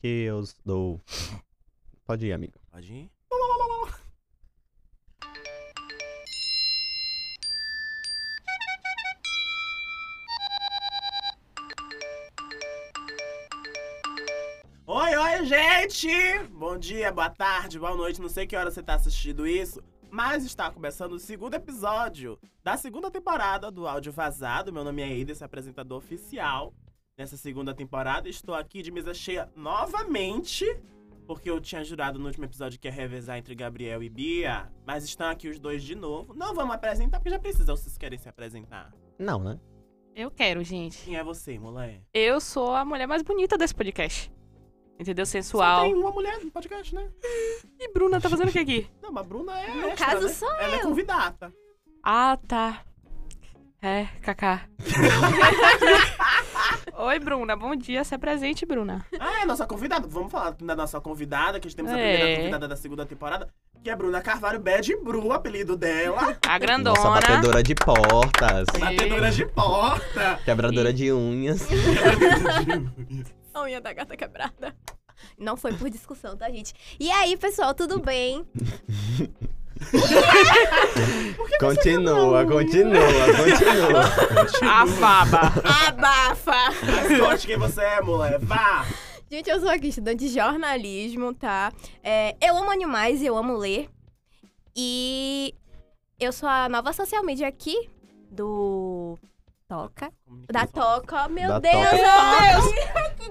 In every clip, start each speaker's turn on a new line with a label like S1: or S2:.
S1: que eu dou. Pode ir, amigo.
S2: Pode ir. Oi, oi, gente! Bom dia, boa tarde, boa noite, não sei que hora você tá assistindo isso, mas está começando o segundo episódio da segunda temporada do Áudio Vazado. Meu nome é Ida, esse apresentador oficial. Nessa segunda temporada, estou aqui de mesa cheia novamente, porque eu tinha jurado no último episódio que ia revezar entre Gabriel e Bia, mas estão aqui os dois de novo. Não vamos apresentar, porque já precisam, vocês querem se apresentar.
S1: Não, né?
S3: Eu quero, gente.
S2: Quem é você, mulher?
S3: Eu sou a mulher mais bonita desse podcast. Entendeu?
S2: Só
S3: Sensual.
S2: tem uma mulher no podcast, né?
S3: E Bruna tá fazendo o que aqui?
S2: Não, mas a Bruna é.
S4: No
S2: extra,
S4: caso,
S2: né?
S4: sou
S2: Ela é
S4: eu.
S2: convidada.
S3: Ah, tá. É, Kaká. Oi, Bruna. Bom dia. Se apresente, Bruna.
S2: Ah, é a nossa convidada. Vamos falar da nossa convidada, que a gente temos a
S3: É.
S2: primeira convidada da segunda temporada, que é Bruna Carvalho Bad Bru, o apelido dela.
S3: A grandona.
S1: Nossa batedora de portas,
S3: Sim.
S2: Batedora de porta.
S1: quebradora de unhas.
S4: A unha da gata quebrada. Não foi por discussão, tá, gente? E aí, pessoal, tudo bem?
S1: Continua, continua, continua.
S3: A faba.
S4: Abafa!
S2: Mas conte quem você é, mulher. Vá!
S4: Gente, eu sou aqui estudante de jornalismo, tá? É, eu amo animais, eu amo ler. E eu sou a nova social media aqui do Toca. Da Toca, meu
S1: Da
S4: Deus!
S1: Toca.
S4: Meu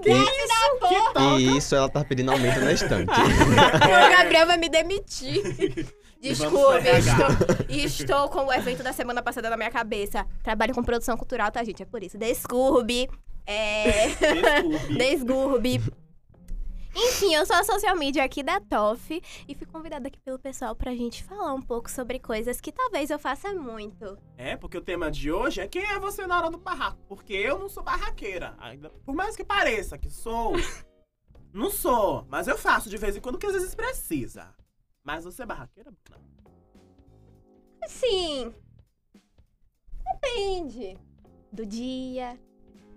S1: E,
S4: Deus!
S2: Que
S1: e isso ela tá pedindo aumento na estante.
S4: O Gabriel vai me demitir.
S2: E É. vamos
S4: Desculpe,
S2: pro
S4: estou, estou com o evento da semana passada na minha cabeça. Trabalho com produção cultural, tá, gente? É por isso. Desculpe. É.
S2: Desculpe.
S4: Desgurbe. Enfim, eu sou a social media aqui da TOF e fui convidada aqui pelo pessoal pra gente falar um pouco sobre coisas que talvez eu faça muito.
S2: É, porque o tema de hoje é quem é você na hora do barraco. Porque eu não sou barraqueira. Ainda, por mais que pareça que sou, não sou. Mas eu faço de vez em quando, que às vezes precisa. Mas você é barraqueira, Bruna?
S4: Assim. Depende do dia,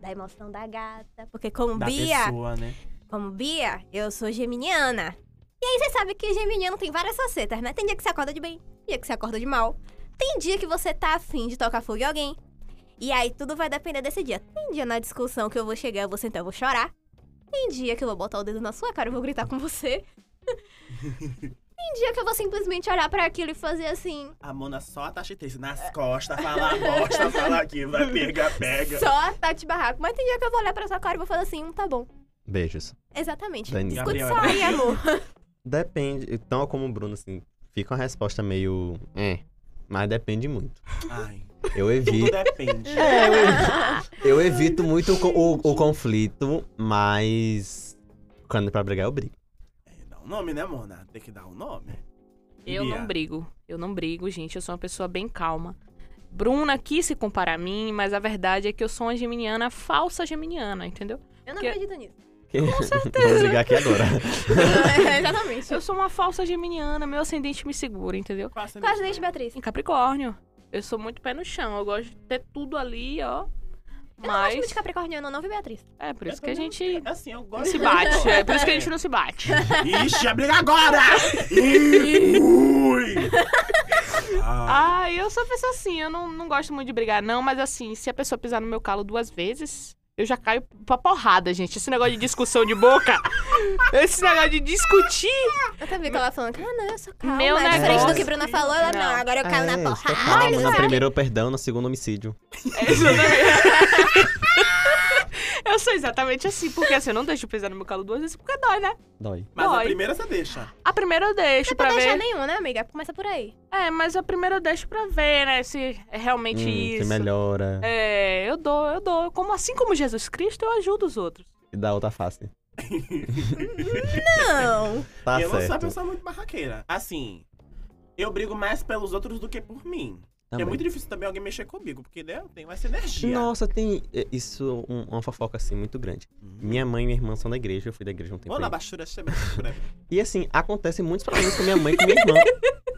S4: da emoção da gata. Porque como
S2: Da
S4: Bia,
S2: pessoa, né?
S4: como Bia, eu sou geminiana. E aí você sabe que geminiano tem várias facetas, né? Tem dia que você acorda de bem, dia que você acorda de mal. Tem dia que você tá afim de tocar fogo em alguém. E aí tudo vai depender desse dia. Tem dia na discussão que eu vou chegar, eu vou sentar, eu vou chorar. Tem dia que eu vou botar o dedo na sua cara, eu vou gritar com você. tem dia que eu vou simplesmente olhar pra aquilo e fazer assim,
S2: A Mona só a taxa triste nas costas, fala bosta, fala aqui, vai pega, pega.
S4: só Tati Barraco. Mas tem dia que eu vou olhar pra sua cara e vou falar assim, hum, tá bom.
S1: Beijos.
S4: Exatamente.
S1: Dani.
S4: Discute
S2: Gabriel,
S4: só aí, amor.
S1: Depende. Então, como o Bruno, assim, fica uma resposta meio. É. Mas depende muito.
S2: Ai,
S1: Eu
S2: tudo
S1: evito.
S2: depende. É,
S1: Eu evito muito o, co- o- o conflito, mas. Quando é pra brigar, eu brigo.
S2: É, Dá um nome, né, Mona? Tem que dar um nome.
S3: Eu
S2: Bia.
S3: não brigo. Eu não brigo, gente. Eu sou uma pessoa bem calma. Bruna quis se comparar a mim, mas a verdade é que eu sou uma geminiana, falsa geminiana, entendeu?
S4: Eu não
S3: Que-
S4: acredito nisso.
S1: Com certeza. Vou brigar aqui agora.
S4: Exatamente.
S3: Eu sou uma falsa geminiana, meu ascendente me segura, entendeu?
S2: Quase
S4: Quase dente, Beatriz.
S3: Em Capricórnio. Eu sou muito pé no chão. Eu gosto de ter tudo ali, ó.
S4: Eu não gosto muito
S3: Mas.
S4: de capricorniano, não, viu, Beatriz?
S3: É por isso que a gente
S2: Assim, eu
S3: não
S2: gosto
S3: se
S2: de-
S3: bate. É por isso que a gente não se bate.
S2: Ixi, a briga agora! Ih, Ui! Ah,
S3: Ah, eu sou pessoa assim, eu não, não gosto muito de brigar, não, mas assim, se a pessoa pisar no meu calo duas vezes, eu já caio pra porrada, gente. Esse negócio de discussão de boca, esse negócio de discutir.
S4: Eu também que ela falando, ah, não, eu sou calma.
S3: Meu
S4: é diferente do
S3: negócio-
S4: que Bruna falou, ela não,
S3: Não.
S4: agora eu caio
S1: É,
S4: na
S1: estou
S4: porrada.
S1: calma. No primeiro eu perdão, no segundo homicídio.
S3: É isso também. Eu sou exatamente assim, porque assim, eu não deixo pisar no meu calo duas vezes, porque dói, né?
S1: Dói.
S2: mas a
S3: dói.
S2: primeira você deixa.
S3: A primeira eu deixo
S4: Não
S3: pra
S4: pode deixar
S3: ver.
S4: nenhum, né, amiga? Começa por aí.
S3: É, mas a primeira eu deixo pra ver, né? Se é realmente
S1: Hum, se
S3: isso.
S1: melhora.
S3: É, eu dou, eu dou. Como, assim como Jesus Cristo, eu ajudo os outros.
S1: E da outra face.
S4: Não.
S1: Tá
S2: eu não sou uma
S1: certo.
S2: pessoa muito barraqueira. Assim, eu brigo mais pelos outros do que por mim.
S1: Também.
S2: É muito difícil também alguém mexer comigo, porque né, eu tenho essa energia.
S1: Nossa, tem é, isso, um- uma fofoca assim muito grande.
S2: Hum.
S1: Minha mãe e minha irmã são da igreja, eu fui da igreja um tempo.
S2: Mona
S1: aí.
S2: Bachura, chama chama-
S1: E assim, acontece muitos problemas com minha mãe e com minha irmã.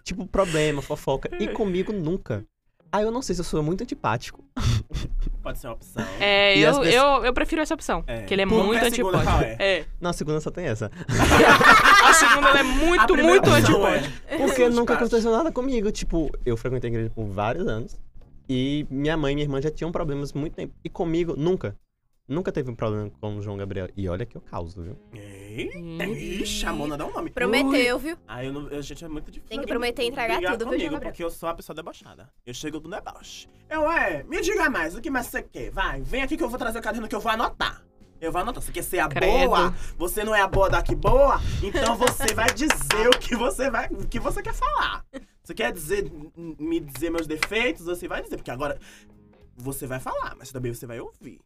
S1: tipo, problema, fofoca. E comigo nunca. Aí eu não sei se eu sou muito antipático.
S2: pode ser uma opção.
S3: É,
S1: E
S3: eu,
S1: as pessoas-
S3: eu, eu prefiro essa opção.
S2: É.
S3: Que ele é
S2: Porque
S3: muito
S2: a segunda
S3: antipótico.
S2: qual é?
S3: É.
S1: Não, a segunda só tem essa.
S3: A segunda ela é
S2: A
S3: muito,
S2: primeira
S3: muito
S2: opção
S3: antipótico.
S2: é-
S1: Porque
S2: Os
S1: nunca
S2: caras.
S1: aconteceu nada comigo. Tipo, eu frequentei a igreja por vários anos. E minha mãe e minha irmã já tinham problemas há muito tempo. E comigo, nunca. Nunca teve um problema com o João Gabriel. E olha que eu causo, viu?
S2: Eita, ixi, a Mona dá um nome.
S4: Prometeu, viu?
S2: Ah, eu não. Eu, gente, é muito difícil.
S4: Tem que
S2: alguém
S4: prometer entregar
S2: brigar
S4: tudo, viu,
S2: comigo,
S4: João Gabriel?
S2: Porque eu sou uma pessoa debochada. Eu chego do deboche. Eu, é, me diga mais, o que mais você quer? Vai, vem aqui que eu vou trazer o caderno que eu vou anotar. Eu vou anotar. Você quer ser a
S3: Credo.
S2: boa? Você não é a boa daqui boa? Então você vai dizer o que você vai. O que você quer falar. Você quer dizer, me dizer meus defeitos? Você vai dizer, porque agora. Você vai falar, mas também você vai ouvir.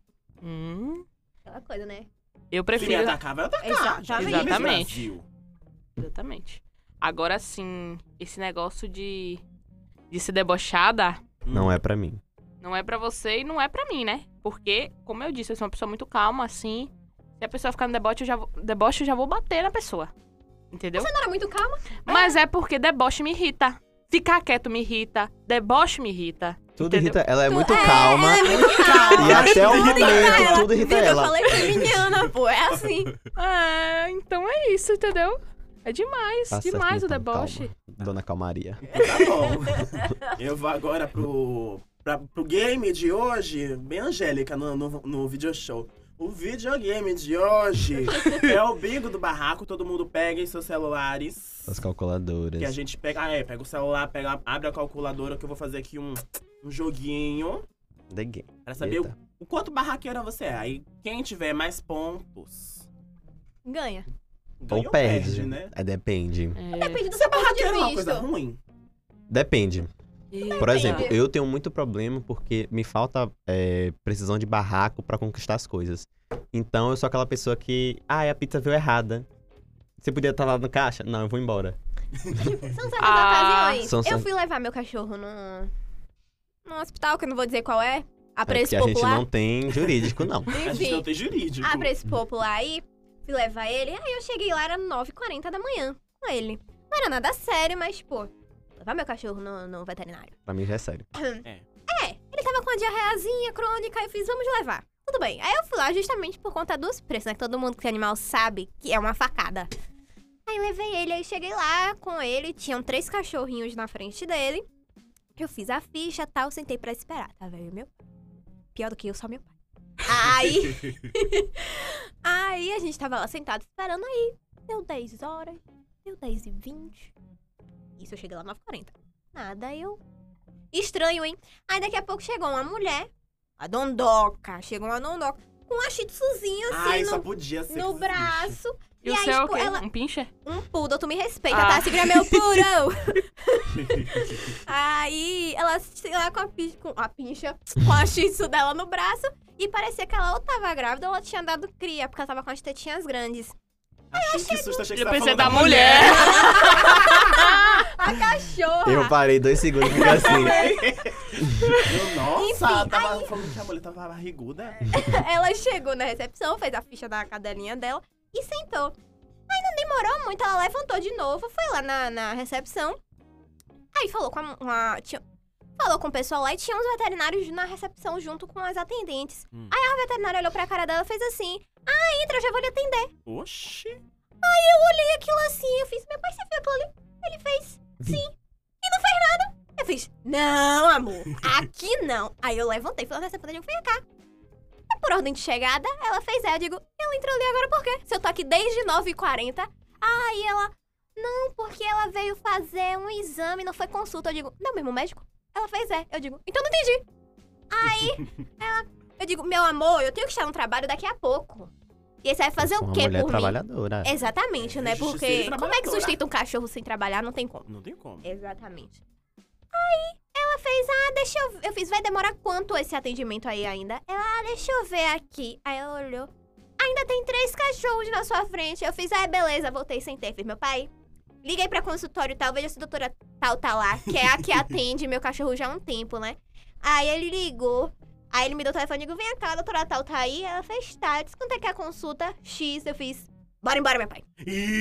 S3: Hum,
S4: Aquela coisa, né?
S2: Se
S3: eu
S2: me
S3: prefiro.
S2: atacar, vai atacar.
S4: Exatamente.
S2: Gente,
S3: Exatamente.
S2: Brasil.
S3: Exatamente. Agora sim, esse negócio de, de ser debochada
S1: Não é pra mim.
S3: não é pra você e não é pra mim, né? Porque, como eu disse, eu sou uma pessoa muito calma, assim. Se a pessoa ficar no deboche, eu já vou, deboche, eu já vou bater na pessoa. Entendeu?
S4: Você não era muito calma?
S3: Mas é porque deboche me irrita. Ficar quieto me irrita. Deboche me irrita.
S1: Tudo
S3: Entendeu?
S1: irrita. Ela é
S4: Tu-
S1: muito
S4: é,
S1: calma.
S4: ela é muito calma.
S1: E até o momento, tudo irrita
S4: Viu que
S1: ela.
S4: Eu falei feminiana, pô. É assim.
S3: Ah, então é isso, entendeu? É demais,
S1: Tá certo,
S3: demais o
S1: então,
S3: deboche.
S1: calma. Dona Calmaria.
S2: Tá bom. Eu vou agora pro, pra- pro game de hoje, bem Angélica no, no, no video show. O videogame de hoje é o bingo do barraco. Todo mundo pega em seus celulares.
S1: As
S2: Que a
S1: calculadoras.
S2: gente pega. Ah, é, pega o celular, pega, abre a calculadora que eu vou fazer aqui um, um joguinho
S1: The game.
S2: pra saber o,
S1: Eita.
S2: o quanto barraqueira você é. Aí quem tiver mais pontos
S4: Ganha.
S2: ganha
S1: Ou
S2: ou
S1: perde.
S2: né?
S1: É, depende.
S3: É.
S4: Depende do
S2: Ser
S4: seu ponto de
S2: barraqueiro é uma coisa
S4: vista.
S2: ruim.
S1: Depende. Por
S4: Depende.
S1: exemplo, eu tenho muito problema porque me falta é, precisão de barraco pra conquistar as coisas. Então eu sou aquela pessoa que. Ah, a pizza veio errada. Você podia estar lá no caixa? Não, eu vou embora.
S4: São certas
S3: Ah.
S4: ocasiões.
S1: São- são-
S4: Eu fui levar meu cachorro no, no hospital, que eu não vou dizer qual é. A
S1: É
S4: preço
S1: porque a gente
S4: popular.
S1: não tem jurídico, não.
S2: A gente não
S4: Enfim,
S2: tem jurídico.
S4: a preço popular aí. Fui levar ele. Aí eu cheguei lá, era 9h40 da manhã com ele. Não era nada sério, mas, pô, levar meu cachorro no, no veterinário.
S1: Pra mim já é sério.
S4: É, ele tava com uma diarreazinha crônica. Aí eu fiz, vamos levar. Tudo bem. Aí eu fui lá justamente por conta dos preços, né? Que todo mundo que tem animal sabe que é uma facada. Aí levei ele, aí cheguei lá com ele, tinham três cachorrinhos na frente dele. Eu fiz a ficha e tal, sentei pra esperar, tá velho? Meu pai. Pior do que eu, só meu pai. Aí. aí a gente tava lá sentado esperando aí. Deu 10 horas, deu 10 e 20. Isso eu cheguei lá 9h40. Nada, aí eu. Estranho, hein? Aí daqui a pouco chegou uma mulher, a dondoca, chegou uma dondoca, com uma shih tzuzinha
S2: Ai,
S4: assim
S2: só Ah, podia ser.
S4: no, no
S2: que existe.
S4: braço.
S3: E,
S4: E
S3: o
S4: aí,
S3: seu é o
S4: tipo,
S3: quê?
S4: ela-
S3: Um pincher?
S4: Um poodle, tu me respeita,
S3: Ah.
S4: tá? Segura meu poodle! Aí ela, sei lá, com a, pin- com a pincha, com a shih tzu dela no braço. E parecia que ela ou tava grávida ou ela tinha dado cria, porque ela tava com as tetinhas grandes.
S2: Achei que susto, achei que
S3: Eu
S2: você
S3: pensei
S2: tava
S3: da
S2: falando
S3: mulher.
S4: A cachorra!
S1: Eu parei dois segundos e fiquei assim.
S2: Eu, Nossa,
S4: Enfim,
S2: tava falando que a mulher tava barriguda.
S4: ela chegou na recepção, fez a ficha da cadelinha dela e sentou. Aí não demorou muito, ela levantou de novo, foi lá na, na recepção. Aí falou com a. uma- tinha- falou com o pessoal lá e tinha uns veterinários na recepção junto com as atendentes.
S2: Hum.
S4: Aí a veterinária olhou pra cara dela e fez assim: Ah, entra, eu já vou lhe atender.
S2: Oxi.
S4: Aí eu olhei aquilo assim, eu fiz: Meu pai, você viu aquilo ali? Ele fez: Sim. E não fez nada. Eu fiz: Não, amor, aqui não. Aí eu levantei, fui lá na recepção, eu vem cá. É por ordem de chegada, ela fez é. Eu digo, ela entrou ali agora por quê? Se eu tô aqui desde 9h40. Aí ela, não, porque ela veio fazer um exame, não foi consulta. Eu digo, não, mesmo médico? Ela fez é. Eu digo, então não entendi. Aí, ela, eu digo, meu amor, eu tenho que estar no trabalho daqui a pouco. E aí você vai fazer
S1: eu sou
S4: o
S1: uma
S4: quê
S1: mulher
S4: por mim?
S1: trabalhadora.
S4: Exatamente,
S2: É
S4: né?
S2: justiceira e
S4: Porque como é que
S2: trabalhadora.
S4: sustenta um cachorro sem trabalhar? Não tem como.
S2: Não tem como.
S4: Exatamente. Aí ela fez, ah, deixa eu. Eu fiz, vai demorar quanto esse atendimento aí ainda? Ela, ah, deixa eu ver aqui. Aí ela olhou. Ainda tem três cachorros na sua frente. Eu fiz, ah, beleza, voltei sem ter. Fiz, meu pai, liguei pra consultório e tal, veja se a doutora tal tá lá, que é a que atende meu cachorro já há um tempo, né? Aí ele ligou. Aí ele me deu o telefone e digo, vem cá, a doutora tal tá aí. Ela fez, tá, eu disse quanto é que é a consulta? X, eu fiz. Bora embora, meu pai.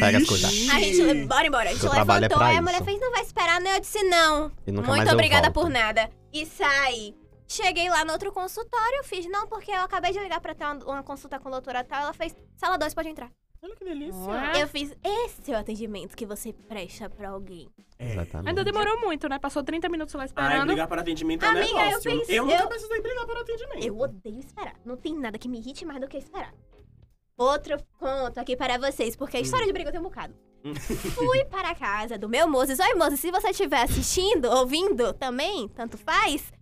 S1: Pega as coisas.
S2: Ixi.
S4: A gente, bora embora. A gente
S1: Seu trabalho é
S4: levantou,
S1: pra
S4: aí a mulher
S1: isso.
S4: fez, não vai esperar, né? Eu disse, não.
S1: E nunca mais
S4: Muito
S1: eu
S4: obrigada
S1: volto.
S4: por nada. E sai. Cheguei lá no outro consultório, fiz, não, porque eu acabei de ligar pra ter uma, uma consulta com a doutora tal. Ela fez, sala 2, pode entrar.
S2: Olha que delícia.
S3: Ué.
S4: Eu fiz, esse é o atendimento que você presta pra alguém.
S1: Exatamente.
S3: Ainda demorou muito, né? Passou 30 minutos lá
S2: É. Ai,
S3: esperando.
S2: brigar por atendimento é um
S4: Amiga, eu
S2: negócio.
S4: pensei-
S2: nunca
S4: eu-
S2: precisei brigar por atendimento.
S4: Eu odeio esperar. Não tem nada que me irrite mais do que esperar. Outro conto aqui para vocês, porque a história de briga eu tenho um bocado.
S2: Hum.
S4: Fui para a casa do meu Moses. Oi, Moses, se você estiver assistindo, ouvindo também, tanto faz,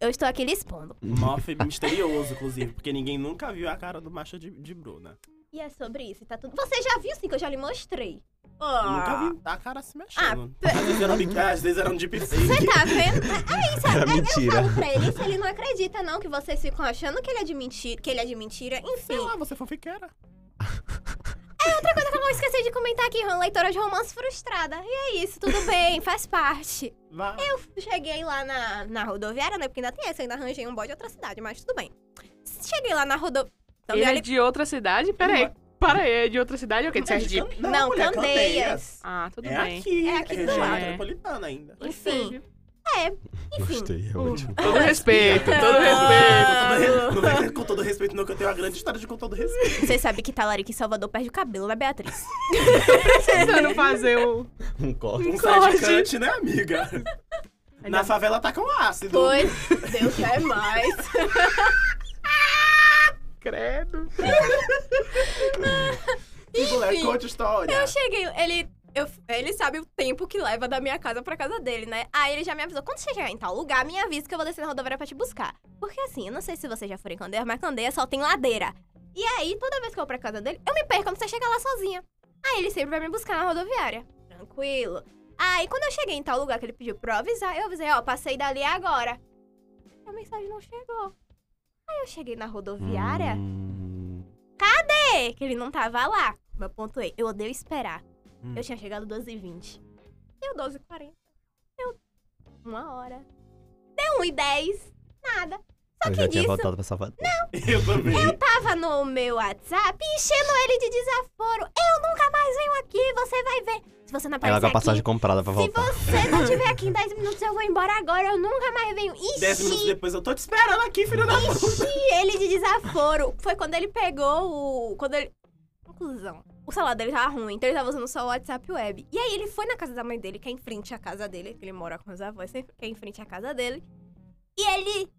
S4: eu estou aqui lhe expondo.
S2: Moff misterioso, inclusive, porque ninguém nunca viu a cara do macho de, de Bruna.
S4: E é sobre isso, tá tudo. Você já viu sim que eu já lhe mostrei.
S2: Nunca
S4: Ó.
S2: vi a cara se mexendo. às, vezes eram de, é, às vezes um eram de
S4: Você
S2: deepfake.
S4: tá vendo? É isso, é,
S1: Era
S4: é- eu
S1: mentira.
S4: falo pra ele isso, ele não acredita, não, que vocês ficam achando que ele é de mentira, que ele é de mentira,
S2: Sei
S4: enfim.
S2: lá, você é fofiqueira.
S4: Eu esqueci de comentar aqui, leitora de romance frustrada. E é isso, tudo bem, faz parte.
S2: Vá.
S4: Cheguei lá na, na rodoviária, né? Porque ainda tem essa, ainda arranjei um bode de outra cidade, mas tudo bem. Cheguei lá na rodoviária.
S3: Ele é de outra cidade? Peraí. Para aí, é de outra cidade? O quê? De Sergipe?
S2: Não,
S4: Não,
S2: mulher,
S4: Candeias.
S3: Ah, tudo
S2: É
S3: bem.
S2: aqui.
S4: É aqui do
S2: região
S3: lado.
S2: metropolitana ainda.
S4: Enfim,
S3: Gostei, viu? um
S4: enfim. Ah.
S1: Gostei, é ótimo.
S3: Todo respeito, todo
S4: Então,
S3: respeito.
S2: Com todo re- não vem com todo respeito, não, que eu tenho uma grande história de com todo respeito.
S4: Você sabe que talarica em Salvador perde o cabelo, né, Beatriz?
S3: Tentando fazer o...
S1: Um corte.
S2: Um
S4: assim?
S3: Sorte.
S2: site né, amiga? Na favela tá com ácido.
S4: Pois, Deus é mais.
S3: Credo.
S2: E moleque,
S4: enfim.
S2: conta história.
S4: Eu cheguei, ele, eu- ele sabe o tempo que leva da minha casa pra casa dele, né? Aí ele já me avisou, quando você chegar em tal lugar, me avisa que eu vou descer na rodoviária pra te buscar. Porque assim, eu não sei se vocês já foram em Candeia, mas Candeia só tem ladeira. E aí, toda vez que eu vou pra casa dele, eu me perco quando você chega lá sozinha. Aí ele sempre vai me buscar na rodoviária. Tranquilo. Aí, quando eu cheguei em tal lugar que ele pediu pra eu avisar, eu avisei, ó, passei dali agora. A mensagem não chegou. Aí eu cheguei na rodoviária,
S1: Hum,
S4: é, que ele não tava lá. Meu ponto é, eu odeio esperar.
S2: Hum.
S4: Eu tinha chegado 12h20. Deu 12h40. Deu uma hora. Deu 1h10. Nada.
S1: eu
S4: Só que
S1: já tinha
S4: disso,
S1: voltado pra Salvador.
S2: Eu também.
S4: tava no meu WhatsApp enchendo ele de desaforo. Eu nunca mais venho aqui, você vai ver. Se você não
S1: Ela
S4: aparecer
S1: com a
S4: aqui,
S1: passagem comprada pra
S4: se
S1: voltar.
S4: você não tiver aqui em 10 minutos, eu vou embora agora. Eu nunca mais venho.
S2: Dez minutos
S4: Enchi,
S2: depois, eu tô te esperando aqui, filho da puta.
S4: enchi ele de desaforo. Foi quando ele pegou o... Quando ele... Conclusão. O celular dele tava ruim, então ele tava usando só o WhatsApp Web. E aí ele foi na casa da mãe dele, que é em frente à casa dele, que ele mora com os avós, que é em frente à casa dele. E ele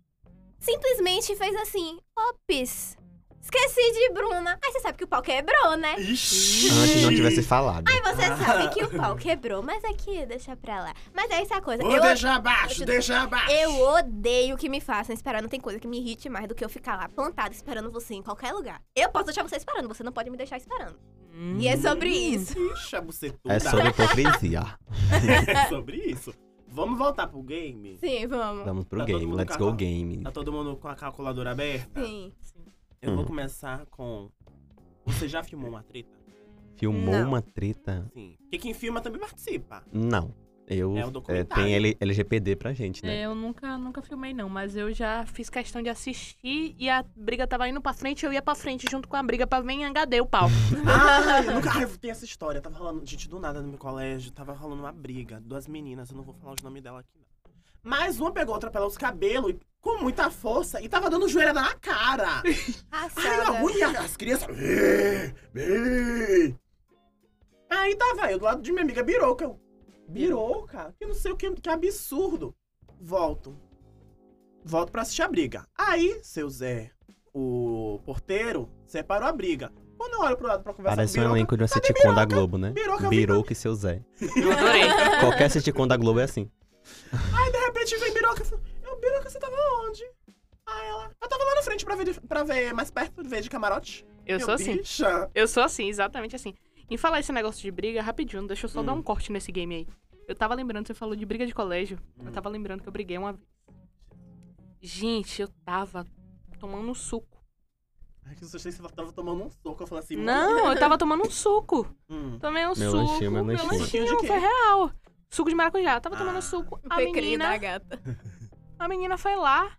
S4: simplesmente fez assim: ops, esqueci de Bruna. Aí você sabe que o pau quebrou, né?
S2: Ixi.
S1: Antes Ah, não tivesse falado.
S4: Aí você sabe que o pau quebrou, mas aqui, deixa pra lá. Mas é essa coisa.
S2: Vou
S4: Eu,
S2: deixar abaixo,
S4: eu-
S2: deixar abaixo.
S4: eu odeio que me façam esperar. Não tem coisa que me irrite mais do que eu ficar lá plantada esperando você em qualquer lugar. Eu posso deixar você esperando, você não pode me deixar esperando. E é sobre isso.
S2: Ixi, a bucetuda.
S1: É sobre hipocrisia.
S2: É sobre isso. Vamos voltar pro game?
S4: Sim, vamos.
S1: Vamos pro
S2: Tá todo
S1: game.
S2: mundo
S1: Let's
S2: cavalo.
S1: go game.
S2: Tá todo mundo com a calculadora aberta?
S4: Sim.
S2: Eu vou
S1: Hum.
S2: começar com... Você já filmou uma treta?
S1: Filmou
S4: Não.
S1: uma treta?
S2: Sim. Porque quem filma também participa.
S1: Não. Eu
S2: É um
S1: é,
S2: documentário.
S1: tem L- LGPD pra gente, né?
S3: É, Eu nunca, nunca filmei, não, mas eu já fiz questão de assistir e a briga tava indo pra frente, eu ia pra frente junto com a briga pra ver em HD o pau.
S2: Ah, eu nunca... Ai, eu tenho essa história. Tava rolando... Gente, do nada no meu colégio, tava rolando uma briga. Duas meninas, eu não vou falar os nomes dela aqui, não. Mas uma pegou a outra pelos cabelos, e- com muita força, e tava dando joelhada na cara. Ai,
S4: Ah, Assada.
S2: na rua, e as crianças. "Ê, ê". Aí tava eu do lado de minha amiga Biroca. Eu, Biroca? Que não sei o que, que absurdo. Volto. Volto pra assistir a briga. Aí, seu Zé, o porteiro, separou a briga. Quando eu olho pro lado pra conversar
S1: Parece um
S2: com o Biroca,
S1: elenco de uma sitcom da Globo, né?
S2: Biroca,
S1: Biroca e seu Zé.
S3: Eu adorei.
S1: Qualquer sitcom da Globo é assim.
S2: aí de repente vem Biroca e fala, eu, Biroca, você tava onde? Aí ela, eu tava lá na frente pra ver, de- pra ver mais perto, ver de camarote.
S3: Eu sou assim.
S2: Bicha.
S3: Eu sou assim, exatamente assim. Em falar esse negócio de briga, rapidinho, deixa eu só
S2: Hum.
S3: dar um corte nesse game aí. Eu tava lembrando, você falou de briga de colégio.
S2: Hum.
S3: Eu tava lembrando que eu briguei uma vez. Gente, eu tava tomando um suco.
S2: Ai, É que susto, você tava tomando um soco. Eu falei assim,
S3: Não, eu tava tomando um suco.
S2: Hum.
S3: Tomei um
S1: Meu
S3: suco.
S1: lanchinho, meu lanchinho.
S2: Suquinho de quê?
S3: foi real. Suco de maracujá. Tava tomando
S2: Ah.
S3: suco. A
S4: Pecreio da
S3: menina,
S4: gata.
S3: a menina foi lá,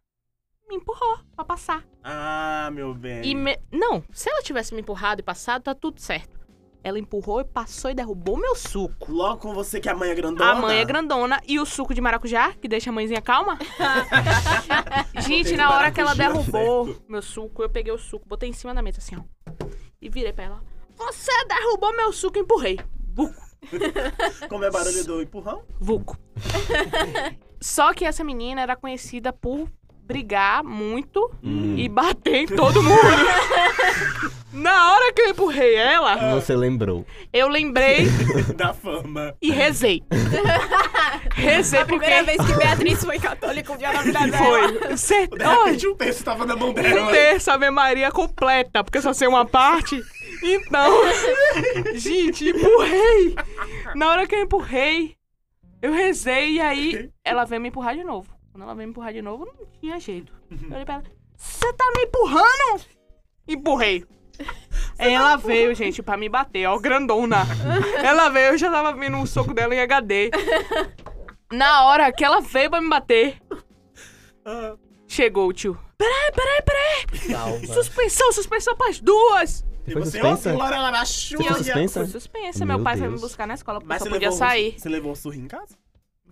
S3: me empurrou pra passar.
S2: Ah, meu bem.
S3: E me- Não, se ela tivesse me empurrado e passado, tá tudo certo. Ela empurrou e passou e derrubou meu suco.
S2: Logo com você que a mãe é grandona.
S3: A mãe é grandona e o suco de maracujá, que deixa a mãezinha calma. Gente, na hora que ela
S2: Maracujá,
S3: derrubou meu suco, eu peguei o suco, botei em cima da mesa assim, ó. E virei pra ela. Você derrubou meu suco e empurrei. Vuco,
S2: Como é barulho do empurrão?
S3: vuco. Só que essa menina era conhecida por brigar muito e bater em todo mundo. na hora que eu empurrei ela,
S2: Ah.
S1: Você lembrou.
S3: eu lembrei
S2: da fama.
S3: e rezei. rezei
S4: A
S3: porque...
S4: primeira vez que Beatriz foi católica um dia na vida dela.
S3: Foi. é Cer-
S2: De
S3: Olha,
S2: repente um texto tava na mão
S3: um
S2: dela.
S3: terço Ave Maria completa, porque só sei uma parte. Então, gente, empurrei. Na hora que eu empurrei, eu rezei e aí ela veio me empurrar de novo. Quando ela veio me empurrar de novo, não tinha jeito. Eu olhei pra ela, você tá me empurrando? Empurrei. Aí ela veio, gente, pra me bater, ó, grandona. ela veio, eu já tava vendo um soco dela em HD. Na hora que ela veio pra me bater,
S2: Ah,
S3: chegou o tio. Peraí, peraí, peraí.
S1: Calma.
S3: Suspensão, suspensão pras duas!
S2: E
S1: Foi
S2: você, Tipo assim, ó,
S1: suspensa?
S2: senhora
S1: Você foi
S2: Larachuia.
S1: suspensa?
S3: Foi suspensa. Meu,
S1: Meu
S3: pai foi me
S1: Deus.
S3: buscar na escola porque
S2: Mas
S3: eu só
S2: você
S3: podia
S2: levou, um-
S3: sair.
S2: Você levou um surro em casa?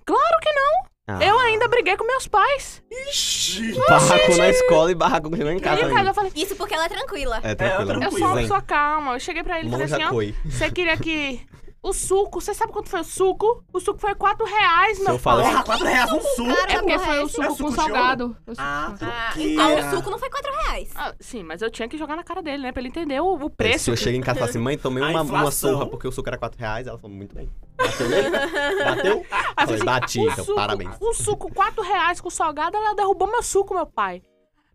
S3: Claro que não!
S1: Ah,
S3: Eu ainda briguei com meus pais.
S2: Ixi!
S1: Barraco na escola e barraco chegou em
S3: Aí
S1: casa.
S3: em casa
S1: ainda.
S3: eu falei,
S4: Isso porque ela é tranquila.
S1: É, tranquilo.
S2: outra
S3: eu sou uma
S1: Zen.
S3: pessoa calma. Eu cheguei pra ele e falei assim,
S1: Monja
S3: ó,
S1: coi.
S3: você queria que... O suco, você sabe quanto foi o suco? O suco foi 4 reais,
S1: Se
S3: meu
S1: eu falar
S2: Porra, 4 reais um suco!
S4: cara.
S3: É porque foi
S4: É
S3: o suco,
S2: suco
S3: com
S2: de
S3: salgado. O um suco um
S2: Ah,
S3: com salgado.
S4: Ah,
S2: porque...
S4: então o suco não foi 4 reais.
S3: Ah, sim, mas eu tinha que jogar na cara dele, né? Pra ele entender o, o
S1: É, Se
S3: preço.
S1: eu chego em casa e falo assim, mãe, tomei
S2: A
S1: uma, uma
S2: inflação.
S1: surra porque o suco era 4 reais, ela falou, muito bem. Bateu nele? Bateu?
S3: Aí
S1: Falei,
S3: assim,
S1: bati,
S3: o
S1: então,
S3: suco,
S1: parabéns.
S3: O suco, 4 reais com salgado, ela derrubou meu suco, meu pai.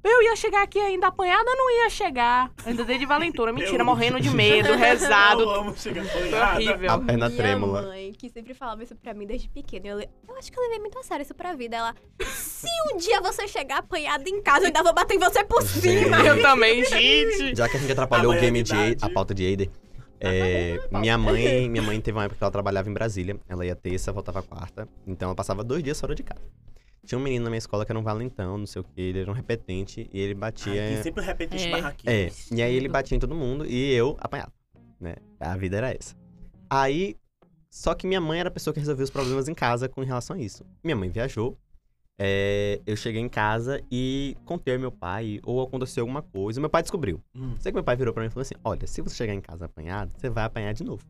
S3: Eu ia chegar aqui ainda apanhada, não ia chegar. Ainda dei de valentona, mentira,
S2: Eu-
S3: morrendo de medo,
S2: Eu
S3: rezado.
S2: amo chegar
S3: Foi
S2: folhada.
S1: A
S3: horrível.
S1: perna
S4: Minha
S1: É trêmula.
S4: mãe, que sempre falava isso pra mim desde pequena. Eu, le- eu acho que eu levei muito a sério isso pra vida. Ela, se um dia você chegar apanhada em casa, eu ainda vou bater em você por cima.
S1: Gente.
S3: Eu também, gente.
S1: Já que a gente atrapalhou
S2: A
S1: o game é de
S2: maioridade.
S1: a pauta de Eider. é, minha mãe, minha mãe teve uma época que ela trabalhava em Brasília. Ela ia terça, voltava quarta. Então ela passava dois dias fora de casa. Tinha um menino na minha escola que era um valentão, não sei o que, ele era um repetente e ele batia.
S2: Aqui sempre repete esse
S3: É.
S2: barraquinho.
S1: É, e aí ele batia em todo mundo e eu apanhava, né? A vida era essa. Aí, só que minha mãe era a pessoa que resolvia os problemas em casa com relação a isso. Minha mãe viajou, é, eu cheguei em casa e contei ao meu pai, ou aconteceu alguma coisa, meu pai descobriu.
S2: Hum.
S1: Sei que meu pai virou pra mim e falou assim, olha, se você chegar em casa apanhado, você vai apanhar de novo.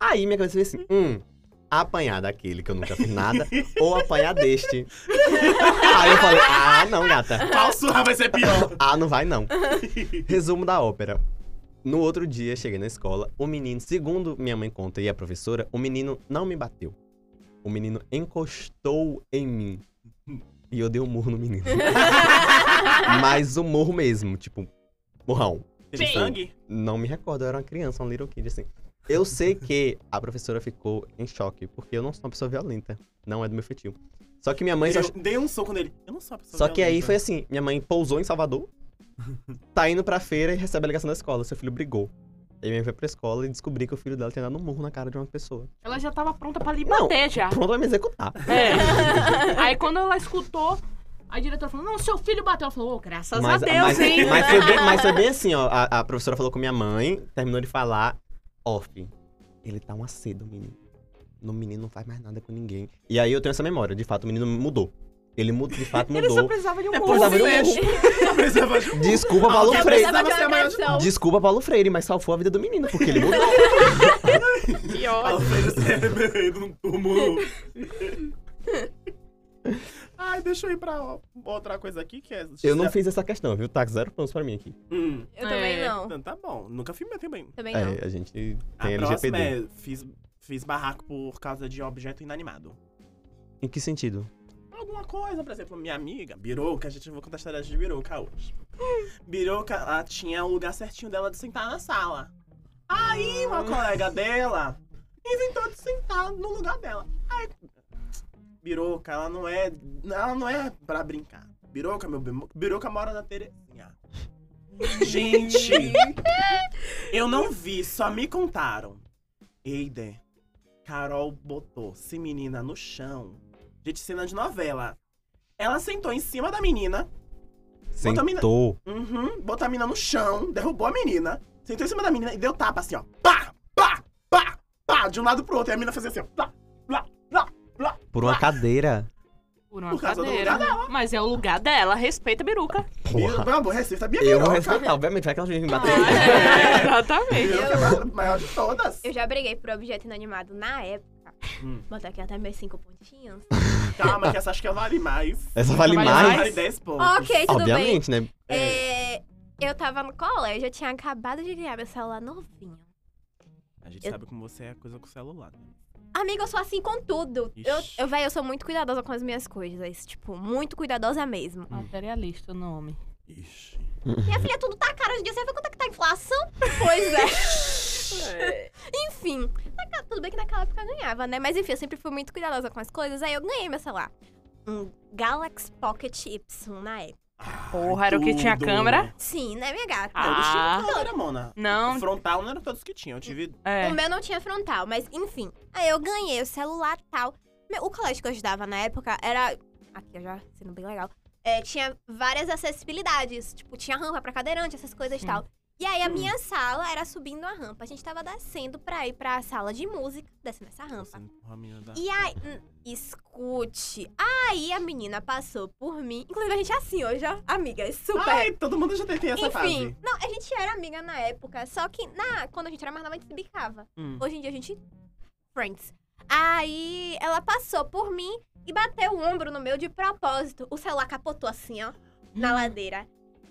S1: Aí minha cabeça fez assim, hum... Apanhar daquele que eu nunca fiz nada, ou apanhar deste. Aí eu falei, ah, não, gata.
S2: Qual surra vai ser pior?
S1: Ah, não vai não. Resumo da ópera. No outro dia, cheguei na escola, o menino, segundo minha mãe conta e a professora, o menino não me bateu. O menino encostou em mim. E eu dei um murro no menino. Mas o murro mesmo, tipo, murrão.
S2: Teve
S3: Sim.
S2: sangue?
S1: Não me recordo, eu era uma criança, um little kid, assim. Eu sei que a professora ficou em choque, porque eu não sou uma pessoa violenta. Não é do meu feitio. Só que minha mãe só
S2: eu dei um soco nele. Eu não sou a pessoa é
S1: só que aí
S2: violenta.
S1: foi assim, minha mãe pousou em Salvador, tá indo pra feira e recebe a ligação da escola, seu filho brigou. Aí minha mãe foi pra escola e descobri que o filho dela tinha dado um murro na cara de uma pessoa.
S3: Ela já tava pronta pra lhe
S1: Não.
S3: bater já.
S1: Pronto a me executar.
S3: É. Aí quando ela escutou, a diretora falou: Não, seu filho bateu. Ela falou: "Ô, Graças
S1: mas,
S3: a Deus,
S1: mas, é
S3: hein?
S1: mas foi bem, mas foi bem assim, ó. A, a professora falou com minha mãe, terminou de falar, off. Ele tá um acedo, menino. No menino não faz mais nada com ninguém. E aí eu tenho essa memória, de fato, o menino mudou. Ele mu- de fato
S3: Ele só
S1: mudou.
S3: precisava de um
S1: Pois
S3: murro.
S1: tava no
S3: gente.
S1: murro.
S2: Eu precisava de um-
S1: Desculpa, Paulo
S2: Eu
S1: Freire.
S2: precisava de uma
S4: agressão.
S1: Desculpa, Paulo Freire, mas salvou a vida do menino, porque ele mudou.
S3: Que ódio.
S2: Talvez eu tenha bebido um túmulo. Ai, deixa eu ir pra ó- outra coisa aqui que é.
S1: Eu não fiz essa questão, viu? Tá, zero pontos pra mim aqui.
S2: Hum,
S4: Eu também
S3: É.
S4: não.
S2: então tá bom. Nunca fui meu também.
S4: Também não.
S1: É, a gente tem
S2: A
S1: LGPD.
S2: próxima é. Fiz, fiz barraco por causa de objeto inanimado.
S1: Em que sentido?
S2: alguma coisa, por exemplo, minha amiga, Birouca, a gente vai contar a história de Birouca hoje. Birouca, ela tinha o lugar certinho dela de sentar na sala. Aí uma colega dela inventou de sentar no lugar dela. Aí, Birouca, ela não é. Ela não é pra brincar. Birouca, meu bem, Birouca mora na Terezinha. Gente, eu não vi, só me contaram. Eider, Carol botou se menina no chão. Gente, cena de novela. Ela sentou em cima da menina, Bota a mina-
S1: Sentou.
S2: uhum, botou a menina no chão, derrubou a menina, sentou em cima da menina e deu tapa assim, ó. Pá! Pá! jogado de um lado pro outro. E a mina fazia assim, ó. Plá, plá, plá, plá.
S1: Por uma cadeira.
S3: Por uma
S2: Por causa do
S3: cadeira.
S2: lugar
S3: Mas é o lugar dela, respeita a biruca.
S2: Meu,
S1: Porra.
S2: meu amor, Recife tá minha
S1: Eu vou
S2: piroca.
S1: respeitar, obviamente, vai que ela vem me bater.
S3: É, exatamente.
S2: Piroca é a maior de todas.
S4: Eu já briguei por objeto inanimado na época.
S2: Hum.
S4: Botar aqui até meus cinco pontinhos.
S2: Calma, que essa acho que vale mais.
S1: Essa É, vale
S3: Vale
S1: mais.
S2: Vale 10 pontos.
S4: ok, tudo bem.
S1: Obviamente, né?
S4: É, eu tava no colégio, eu tinha acabado de ganhar meu celular novinho.
S2: A gente
S4: Eu-
S2: sabe como você é coisa com o celular. né?
S4: Amiga, eu sou assim com tudo. Eu,
S2: Ixi.
S4: eu, véi, eu sou muito cuidadosa com as minhas coisas. Tipo, muito cuidadosa mesmo.
S2: Uhum.
S3: Materialista o nome.
S2: Ixi.
S4: Minha filha, tudo tá caro hoje em dia. Você vê quanto é que tá a inflação? Pois é.
S3: É.
S4: enfim. naquela- Tudo bem que naquela época eu ganhava, né? Mas enfim, eu sempre fui muito cuidadosa com as coisas. Aí eu ganhei meu celular. Um Galaxy Pocket Y na época.
S3: Porra, era o que tinha
S2: Tudo.
S3: câmera?
S4: Sim, né, minha gata?
S2: Ah, eles
S3: Ah.
S2: tinham câmera, mona.
S3: Não,
S2: Frontal não era todos que tinham. Eu tive
S3: é.
S4: O meu não tinha frontal, mas enfim. Aí eu ganhei o celular e tal. Meu- O colégio que eu estudava na época era. Aqui eu já sendo bem legal. É, tinha várias acessibilidades. Tipo, tinha rampa pra cadeirante, essas coisas e
S3: Sim.
S4: tal. E aí a minha sala era subindo a rampa. A gente tava descendo pra ir pra sala de música, descendo essa rampa.
S2: Assim, porra, menina da-
S4: E aí. hum, Escute. Aí a menina passou por mim. Inclusive, a gente é assim hoje, ó. Amigas, super.
S2: Ai, todo mundo já tentei Ah, essa
S4: Enfim,
S2: fase.
S4: não, a gente era amiga na época, só que na, quando a gente era mais nova, a gente se bicava.
S2: Hum.
S4: Hoje em dia a gente. Friends. Aí ela passou por mim e bateu o ombro no meu de propósito. O celular capotou assim, ó, na ladeira.